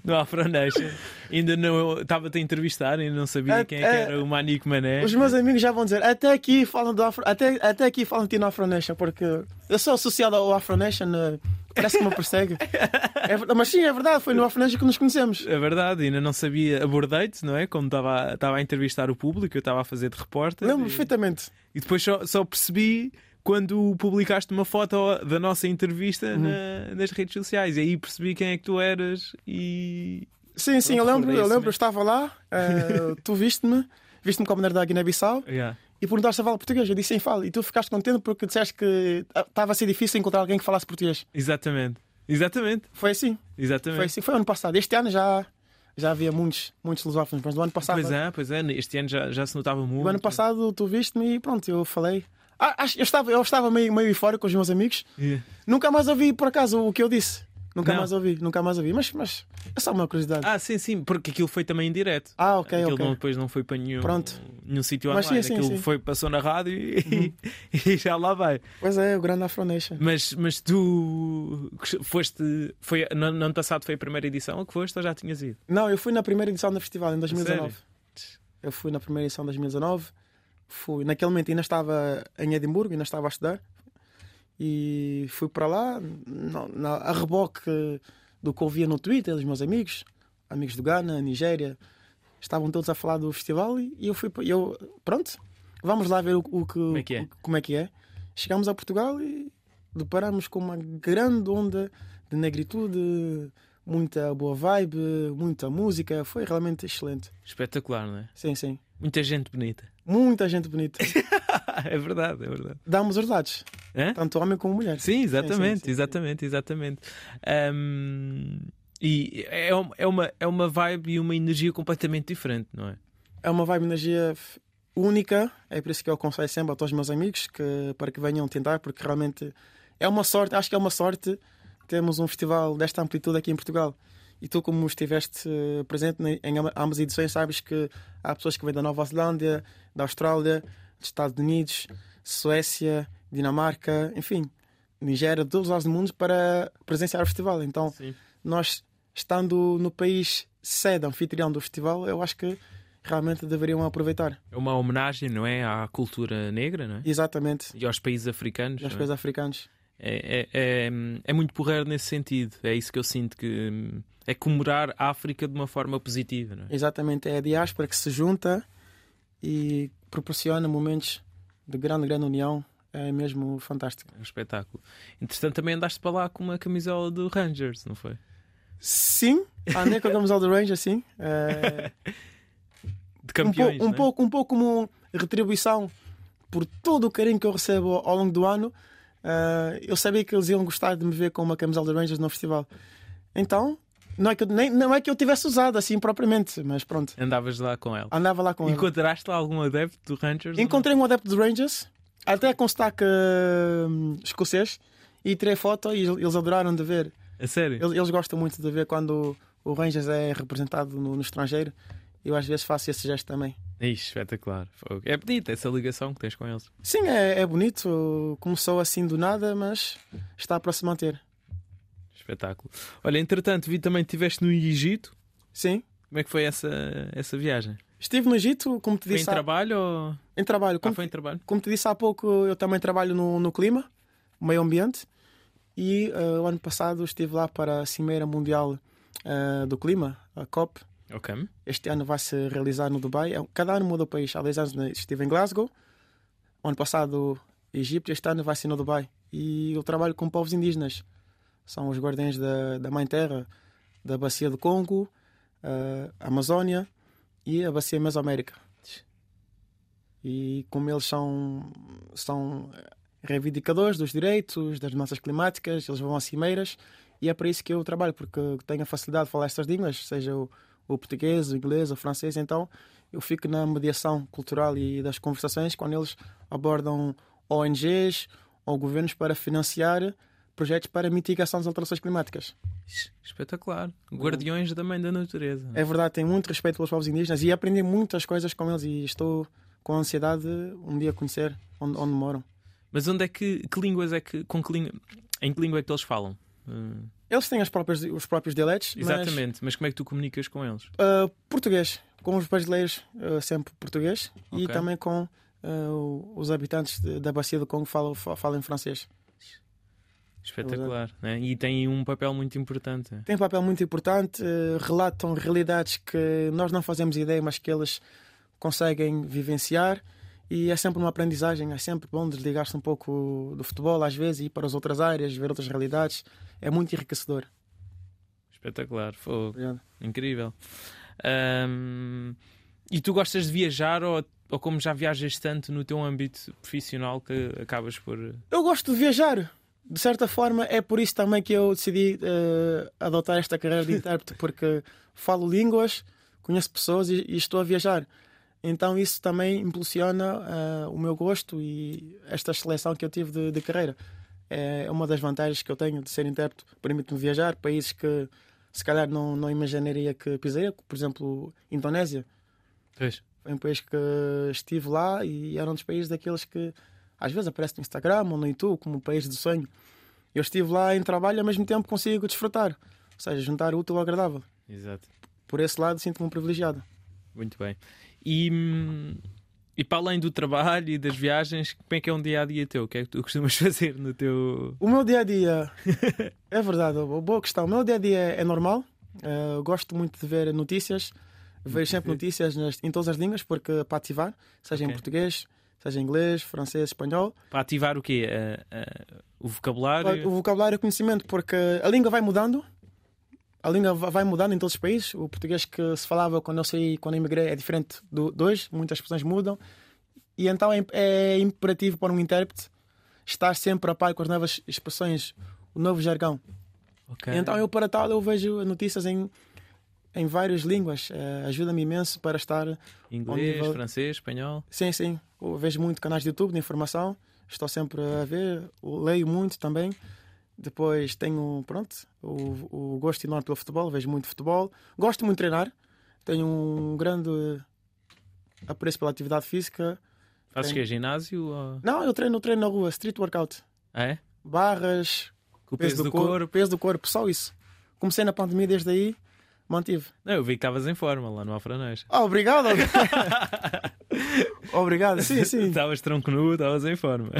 Speaker 2: no Afro Nation. Ainda não estava-te a entrevistar, ainda não sabia
Speaker 3: É,
Speaker 2: quem é que
Speaker 3: é,
Speaker 2: era o Manico Mané.
Speaker 3: Os meus amigos já vão dizer, até aqui falam do Afro, até, até aqui falam de ti no Afro Nation, porque eu sou associado ao Afro Nation, eh, parece que me persegue. É ver- mas sim, é verdade, foi no Afro Nation que nos conhecemos.
Speaker 2: É verdade, ainda não sabia. Abordei-te, não é? Como estava a- estava a entrevistar o público, eu estava a fazer de repórter.
Speaker 3: Lembro-me
Speaker 2: e,
Speaker 3: perfeitamente.
Speaker 2: e depois só, só percebi quando publicaste uma foto da nossa entrevista na- nas redes sociais. E aí percebi quem é que tu eras e.
Speaker 3: Sim, sim, eu
Speaker 2: Não
Speaker 3: lembro,
Speaker 2: recordei
Speaker 3: eu
Speaker 2: isso né?
Speaker 3: lembro, eu
Speaker 2: mesmo.
Speaker 3: estava lá, eh, tu viste-me, viste-me como bandeira da Guiné-Bissau
Speaker 2: Yeah.
Speaker 3: e perguntaste se fala português. Eu disse sim, falo. E tu ficaste contente porque disseste que ah, estava a ser difícil encontrar alguém que falasse português.
Speaker 2: Exatamente. Exatamente.
Speaker 3: Foi assim,
Speaker 2: Exatamente.
Speaker 3: foi assim, foi ano passado. Este ano já, já havia muitos, muitos lusófonos, mas do ano passado.
Speaker 2: Pois é, pois é, este ano já, já se notava muito.
Speaker 3: O ano passado tu viste-me e pronto, eu falei. Ah, acho- eu estava, eu estava meio, meio eufórico com os meus amigos.
Speaker 2: É.
Speaker 3: Nunca mais ouvi, por acaso, o que eu disse. Nunca
Speaker 2: Não.
Speaker 3: mais ouvi, nunca mais ouvi. Mas, mas é só uma curiosidade.
Speaker 2: Ah, sim, sim, porque aquilo foi também em direto.
Speaker 3: Ah, ok,
Speaker 2: aquilo
Speaker 3: ok.
Speaker 2: não- depois não foi para nenhum,
Speaker 3: Pronto.
Speaker 2: nenhum sítio
Speaker 3: Mas
Speaker 2: online.
Speaker 3: sim, sim,
Speaker 2: aquilo
Speaker 3: sim. Uhum.
Speaker 2: Foi, passou na rádio e, e já lá vai.
Speaker 3: Pois é, o grande Afro Nation.
Speaker 2: Mas, mas tu foste. Foi, no no ano passado foi a primeira edição que foste ou já tinhas ido?
Speaker 3: Não, eu fui na primeira edição do festival, em 2019.
Speaker 2: sério?
Speaker 3: Eu fui na primeira edição de 2019. Fui, naquele momento ainda estava em Edimburgo, ainda estava a estudar. E fui para lá, na, na- a reboque do que ouvia no Twitter, dos meus amigos, amigos do Ghana, Nigéria. Estavam todos a falar do festival e, e eu fui. pa- Eu, pronto, vamos lá ver o, o que,
Speaker 2: é que é?
Speaker 3: o- como é que é. Chegámos a Portugal e deparamos com uma grande onda de negritude, muita boa vibe, muita música. Foi realmente excelente.
Speaker 2: Espetacular, não é?
Speaker 3: Sim, sim.
Speaker 2: Muita gente bonita.
Speaker 3: Muita gente bonita.
Speaker 2: é verdade, é verdade.
Speaker 3: Damos os dados,
Speaker 2: Hã?
Speaker 3: tanto homem como mulher.
Speaker 2: Sim, exatamente,
Speaker 3: sim, sim.
Speaker 2: exatamente, exatamente. Ahm, e é, um- é uma, é uma vibe e uma energia completamente diferente, não é?
Speaker 3: É uma vibe energia f- única, é por isso que eu aconselho sempre a todos os meus amigos que, para que venham tentar, porque realmente é uma sorte, acho que é uma sorte termos um festival desta amplitude aqui em Portugal. E tu, como estiveste eh, presente ne- em ama- ambas as edições, sabes que há pessoas que vêm da Nova Zelândia, da Austrália, dos Estados Unidos, Suécia, Dinamarca, enfim, Nigéria, de todos os lados do mundo para presenciar o festival. Então,
Speaker 2: Sim.
Speaker 3: nós estando no país sede anfitrião do festival, eu acho que realmente deveriam aproveitar.
Speaker 2: É uma homenagem, não é? À cultura negra, não é?
Speaker 3: Exatamente.
Speaker 2: E aos países africanos.
Speaker 3: Nas
Speaker 2: não é?
Speaker 3: coisas africanas.
Speaker 2: É, é- é- é muito porreiro nesse sentido. É isso que eu sinto que hum, é comemorar a África de uma forma positiva, não é?
Speaker 3: Exatamente. É a diáspora que se junta e proporciona momentos de grande, grande união. É mesmo fantástico.
Speaker 2: É um espetáculo. Entretanto, também andaste para lá com uma camisola do Rangers, não foi?
Speaker 3: Sim, andei com a camisola do Ranger, sim. É,
Speaker 2: De
Speaker 3: um,
Speaker 2: campeões.
Speaker 3: pou- um
Speaker 2: não é?
Speaker 3: pouco, um pouco como retribuição por todo o carinho que eu recebo ao longo do ano. Ah, eu sabia que eles iam gostar de me ver com uma camisola dos Rangers no festival. Então, não é que eu, nem, não é que eu tivesse usado assim propriamente, mas pronto,
Speaker 2: Andavas lá Ah, com ela.
Speaker 3: andava lá com ela.
Speaker 2: Encontraste lá algum adepto do Rangers? ou não?
Speaker 3: Encontrei um adepto dos Rangers, até com sotaque hum, escocês, e tirei foto e eles adoraram de ver.
Speaker 2: A sério?
Speaker 3: Eles, eles gostam muito de ver quando o Rangers é representado no, no estrangeiro. Eu às vezes faço esse gesto também.
Speaker 2: Ixi, É espetacular. Fogo. É bonita essa ligação que tens com eles.
Speaker 3: Sim, é, é bonito. Começou assim do nada, mas está para se manter.
Speaker 2: Espetáculo. Olha, entretanto, vi também que estiveste no Egito.
Speaker 3: Sim.
Speaker 2: Como é que foi essa, essa viagem?
Speaker 3: Estive no Egito, como te
Speaker 2: Foi em
Speaker 3: disse, há,
Speaker 2: trabalho ou.
Speaker 3: em trabalho.
Speaker 2: Ah,
Speaker 3: Como,
Speaker 2: foi em trabalho.
Speaker 3: como te disse há pouco, eu também trabalho no, no clima, meio ambiente. E eh, o ano passado estive lá para a Cimeira Mundial eh, do Clima, a COP.
Speaker 2: Ok.
Speaker 3: Este ano vai se realizar no Dubai. É- Cada ano muda o país. Há dois anos né, estive em Glasgow, O ano passado Egito, este ano vai ser no Dubai. E eu trabalho com povos indígenas. São os guardiões da, da Mãe Terra, da Bacia do Congo, eh, a Amazónia e a Bacia Mesoamérica. E como eles são, são reivindicadores dos direitos, das mudanças climáticas, eles vão a cimeiras e é para isso que eu trabalho, porque tenho a facilidade de falar estas línguas, seja o, o português, o inglês, o francês, então eu fico na mediação cultural e das conversações quando eles abordam ONGs ou governos para financiar projetos para mitigação das alterações climáticas.
Speaker 2: Ixi, Espetacular. Guardiões da mãe da natureza.
Speaker 3: É verdade, tenho muito respeito pelos povos indígenas e aprendi muitas coisas com eles e estou com ansiedade um dia conhecer onde, onde moram.
Speaker 2: Mas onde é que. Que línguas é que. Com que língua, em que língua é que eles falam? Hum,
Speaker 3: Eles têm as próprias, os próprios dialetos, mas
Speaker 2: exatamente. Mas... como é que tu comunicas com eles?
Speaker 3: Uh, português, com os brasileiros uh, sempre português e
Speaker 2: Ok.
Speaker 3: também com uh, os habitantes de- da Bacia do Congo falam, fa- falam francês.
Speaker 2: Espetacular. né? E têm um papel muito importante.
Speaker 3: Tem um papel muito importante, uh, relatam realidades que nós não fazemos ideia, mas que eles conseguem vivenciar e é sempre uma aprendizagem, é sempre bom desligar-se um pouco do futebol às vezes e ir para as outras áreas, ver outras realidades, é muito enriquecedor.
Speaker 2: Espetacular. Fogo.
Speaker 3: Obrigado.
Speaker 2: Incrível. Ahm, e tu gostas de viajar ou, ou como já viajas tanto no teu âmbito profissional que acabas por. eh,
Speaker 3: Eu gosto de viajar. De certa forma, é por isso também que eu decidi eh, adotar esta carreira de intérprete, porque falo línguas, conheço pessoas e, e estou a viajar. Então, isso também impulsiona eh, o meu gosto e esta seleção que eu tive de, de carreira. É uma das vantagens que eu tenho de ser intérprete. Permite-me viajar países que se calhar não, não imaginaria que pisaria, por exemplo, Indonésia.
Speaker 2: Pois.
Speaker 3: Foi um país que estive lá e era um dos países daqueles que às vezes aparece no Instagram ou no YouTube como um país do sonho. Eu estive lá em trabalho e ao mesmo tempo consigo desfrutar, ou seja, juntar o útil ao agradável.
Speaker 2: Exato.
Speaker 3: Por esse lado, sinto-me um privilegiado.
Speaker 2: Muito bem. E, hum, e para além do trabalho e das viagens, como é que é um dia a dia teu? O que é que tu costumas fazer no teu.
Speaker 3: O meu dia a dia é verdade, uma boa questão. O meu dia a dia é normal. Eh, eu gosto muito de ver notícias, vejo sempre notícias nas- em todas as línguas, porque para ativar, seja em
Speaker 2: Ok.
Speaker 3: português, seja inglês, francês, espanhol.
Speaker 2: Para ativar o quê? Ah, ah, o vocabulário?
Speaker 3: O vocabulário e o conhecimento, porque a língua vai mudando. A língua va- vai mudando em todos os países. O português que se falava quando eu saí, quando eu emigrei, é diferente do, de hoje. Muitas pessoas mudam. E então é, é imperativo para um intérprete estar sempre a par com as novas expressões, o novo jargão.
Speaker 2: Ok.
Speaker 3: Então eu para tal eu vejo notícias em em várias línguas, Eh, ajuda-me imenso para estar.
Speaker 2: Inglês,
Speaker 3: nível-
Speaker 2: francês, espanhol.
Speaker 3: Sim, sim. Eu vejo muito canais de YouTube de informação, estou sempre a ver, Eu leio muito também. Depois tenho, pronto, o, o gosto enorme pelo futebol, vejo muito futebol. Gosto muito de treinar, tenho um grande apreço pela atividade física.
Speaker 2: Fazes
Speaker 3: Sim.
Speaker 2: que ginásio? Ou...
Speaker 3: Não, eu treino, eu treino na rua, street workout.
Speaker 2: É?
Speaker 3: Barras,
Speaker 2: Com o peso, do,
Speaker 3: cor-
Speaker 2: corpo.
Speaker 3: peso do corpo, só isso. Comecei na pandemia desde aí, mantive.
Speaker 2: Não, eu vi que estavas em forma lá no Alfranãs.
Speaker 3: Ah, obrigado! obrigado, sim, sim. De
Speaker 2: Estavas tronco nu, estavas em forma.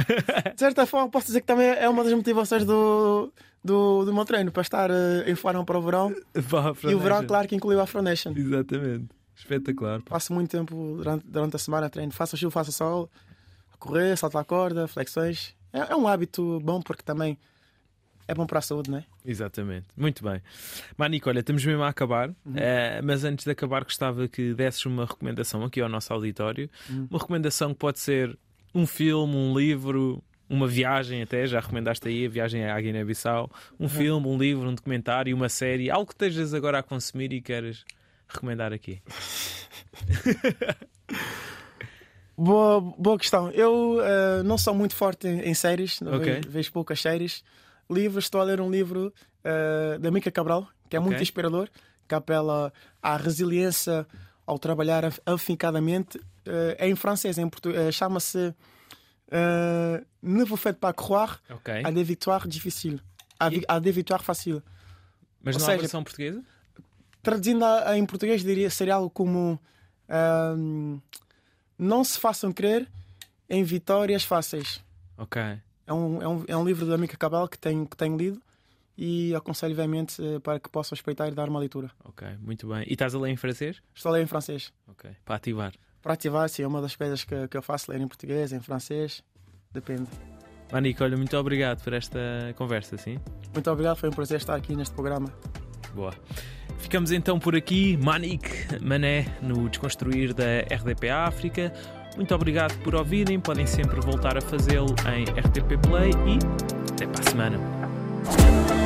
Speaker 3: certa forma, posso dizer que também é uma das motivações do, do, do meu treino para estar eh, em forma para o verão.
Speaker 2: Para o
Speaker 3: E o verão,
Speaker 2: Afronation.
Speaker 3: claro, que inclui o Afro Nation.
Speaker 2: Exatamente. Espetacular. pá.
Speaker 3: Passo muito tempo durante, durante a semana a treino, faço chuva, faço sol, a correr, salto à corda, flexões. É, é um hábito bom porque também é bom para a saúde, não é?
Speaker 2: Exatamente. Muito bem. Manico, olha, estamos mesmo a acabar,
Speaker 3: Uhum.
Speaker 2: eh, mas antes de acabar gostava que desses uma recomendação aqui ao nosso auditório.
Speaker 3: Uhum.
Speaker 2: Uma recomendação que pode ser um filme, um livro, uma viagem até, já recomendaste aí a viagem à Guiné-Bissau.
Speaker 3: Uhum.
Speaker 2: Um filme, um livro, um documentário, uma série, algo que estejas agora a consumir e queiras recomendar aqui.
Speaker 3: Boa, boa questão. Eu eh, não sou muito forte em, em séries, não
Speaker 2: Ok.
Speaker 3: vejo, vejo poucas séries. Livros, estou a ler um livro eh, da Mica Cabral, que é
Speaker 2: Ok.
Speaker 3: muito inspirador, que apela à resiliência ao trabalhar af- afincadamente. Eh, é em francês, é em portu- eh, chama-se eh, Ne vous faites pas croire
Speaker 2: Ok.
Speaker 3: à des victoires difficiles, à, vi- à des victoires faciles.
Speaker 2: Mas
Speaker 3: ou
Speaker 2: não há
Speaker 3: seja-
Speaker 2: versão portuguesa?
Speaker 3: Traduzindo a- a em português, diria seria algo como ahm, Não se façam crer em vitórias fáceis.
Speaker 2: Ok.
Speaker 3: É um, é um, é um livro da Mica Cabal que tenho, que tenho lido e aconselho vivamente eh, para que possam respeitar e dar uma leitura.
Speaker 2: Ok, muito bem. E estás a ler em francês?
Speaker 3: Estou a ler em francês.
Speaker 2: Ok. Para ativar.
Speaker 3: Para ativar, sim, é uma das coisas que, que eu faço, ler em português, em francês, depende.
Speaker 2: Manico, olha, muito obrigado por esta conversa, sim?
Speaker 3: Muito obrigado, foi um prazer estar aqui neste programa.
Speaker 2: Boa. Ficamos então por aqui, Manik Mané, no Desconstruir da RDP África. Muito obrigado por ouvirem, podem sempre voltar a fazê-lo em RTP Play e até para a semana.